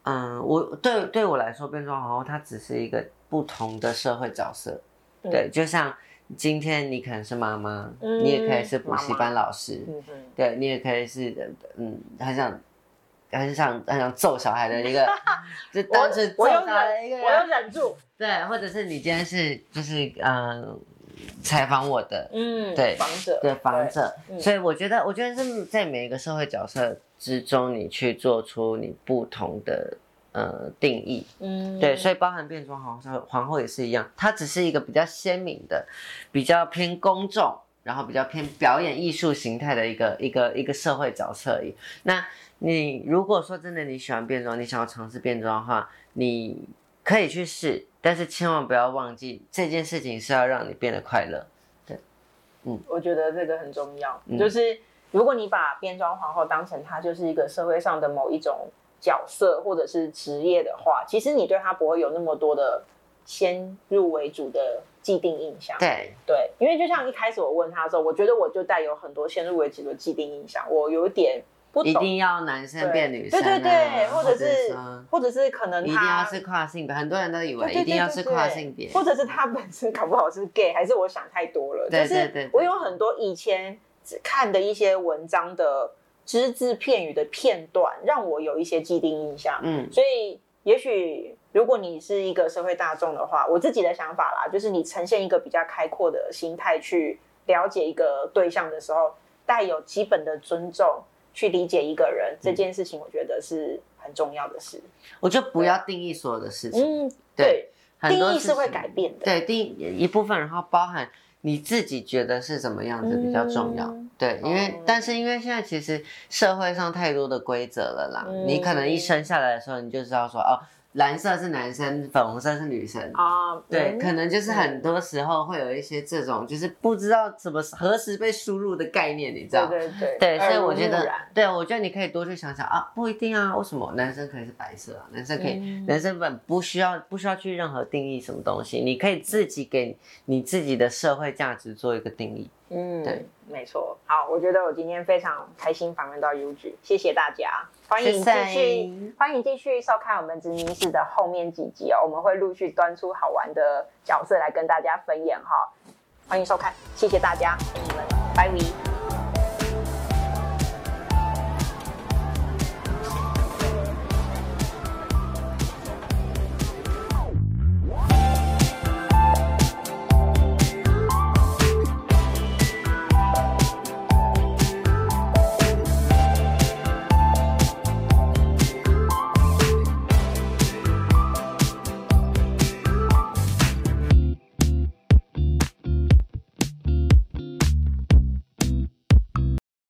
Speaker 1: 嗯，我对对我来说，变装皇后它只是一个不同的社会角色。
Speaker 2: 嗯
Speaker 1: 对，就像今天你可能是妈妈，
Speaker 2: 嗯
Speaker 1: 你也可以是补习
Speaker 2: 妈
Speaker 1: 班
Speaker 2: 妈
Speaker 1: 老师，
Speaker 2: 嗯哼，
Speaker 1: 对你也可以是嗯，很想很想很想揍小孩的 一个，就单纯揍
Speaker 2: 我有
Speaker 1: 小孩的一个
Speaker 2: 忍，我有
Speaker 1: 人。
Speaker 2: 忍住。
Speaker 1: 对，或者是你今天是就是嗯，采访我的，
Speaker 2: 嗯，
Speaker 1: 对
Speaker 2: 防者，
Speaker 1: 对防者，
Speaker 2: 嗯
Speaker 1: 所以我觉得，我觉得是在每一个社会角色之中，你去做出你不同的呃定义。
Speaker 2: 嗯，
Speaker 1: 对，所以包含变装皇后，皇后也是一样，她只是一个比较鲜明的、比较偏公众，然后比较偏表演艺术形态的一个一个一个社会角色而已。那你如果说真的你喜欢变装，你想要尝试变装的话，你可以去试，但是千万不要忘记这件事情是要让你变得快乐。
Speaker 2: 我觉得这个很重要，
Speaker 1: 嗯
Speaker 2: 就是如果你把变装皇后当成她就是一个社会上的某一种角色或者是职业的话，其实你对她不会有那么多的先入为主的既定印象。
Speaker 1: 对，
Speaker 2: 对，因为就像一开始我问他的时候，我觉得我就带有很多先入为主的既定印象，我有点不
Speaker 1: 一
Speaker 2: 懂。
Speaker 1: 定要男生
Speaker 2: 对
Speaker 1: 变女生、啊，
Speaker 2: 对对对，或者是
Speaker 1: 说
Speaker 2: 或者是可能
Speaker 1: 一定
Speaker 2: 他
Speaker 1: 要是跨性别，很多人都以
Speaker 2: 对
Speaker 1: 为
Speaker 2: 对
Speaker 1: 一定要
Speaker 2: 对
Speaker 1: 是
Speaker 2: 对
Speaker 1: 跨性别。
Speaker 2: 或者是他本身搞不好是 gay，还是我想太多了。
Speaker 1: 对
Speaker 2: 就
Speaker 1: 对对
Speaker 2: 是我有很多以前只看的一些文章的只字片语的片段，让我有一些既定印象。
Speaker 1: 嗯，
Speaker 2: 所以，也许如果你是一个社会大众的话，我自己的想法啦，就是你呈现一个比较开阔的心态去了解一个对象的时候，带有基本的尊重去理解一个人、
Speaker 1: 嗯
Speaker 2: 这件事情，我觉得是很重要的事。
Speaker 1: 我就不要定义所有的事情，
Speaker 2: 啊嗯，
Speaker 1: 对
Speaker 2: 对，
Speaker 1: 很多
Speaker 2: 定义是
Speaker 1: 事
Speaker 2: 会
Speaker 1: 情
Speaker 2: 改变的。
Speaker 1: 对，定义一部分，然后包含你自己觉得是什么样子比较重要。
Speaker 2: 嗯
Speaker 1: 对，因为、
Speaker 2: 哦
Speaker 1: 但是因为现在其实社会上太多的规则了啦，
Speaker 2: 嗯
Speaker 1: 你可能一生下来的时候你就知道说哦。蓝色是男生，粉红色是女生。
Speaker 2: 啊，
Speaker 1: 对，
Speaker 2: 嗯
Speaker 1: 可能就是很多时候会有一些这种，就是不知道怎么何时被输入的概念，你知道？
Speaker 2: 对对
Speaker 1: 对，所以
Speaker 2: 耳濡
Speaker 1: 我觉
Speaker 2: 目
Speaker 1: 得
Speaker 2: 染，
Speaker 1: 对我觉得你可以多去想想啊，不一定啊，为什么男生可以是白色啊？男生可以，
Speaker 2: 嗯
Speaker 1: 男生本不需要不需要去任何定义什么东西，你可以自己给你自己的社会价值做一个定义。
Speaker 2: 嗯，
Speaker 1: 对，
Speaker 2: 没错。好，我觉得我今天非常开心访问到 U G，谢谢大家，欢迎
Speaker 1: 谢
Speaker 2: 继
Speaker 1: 谢
Speaker 2: 续，欢迎继续收看我们殖民室的后面几集哦，我们会陆续端出好玩的角色来跟大家分演哈、欢迎收看，谢谢大家，我们拜拜。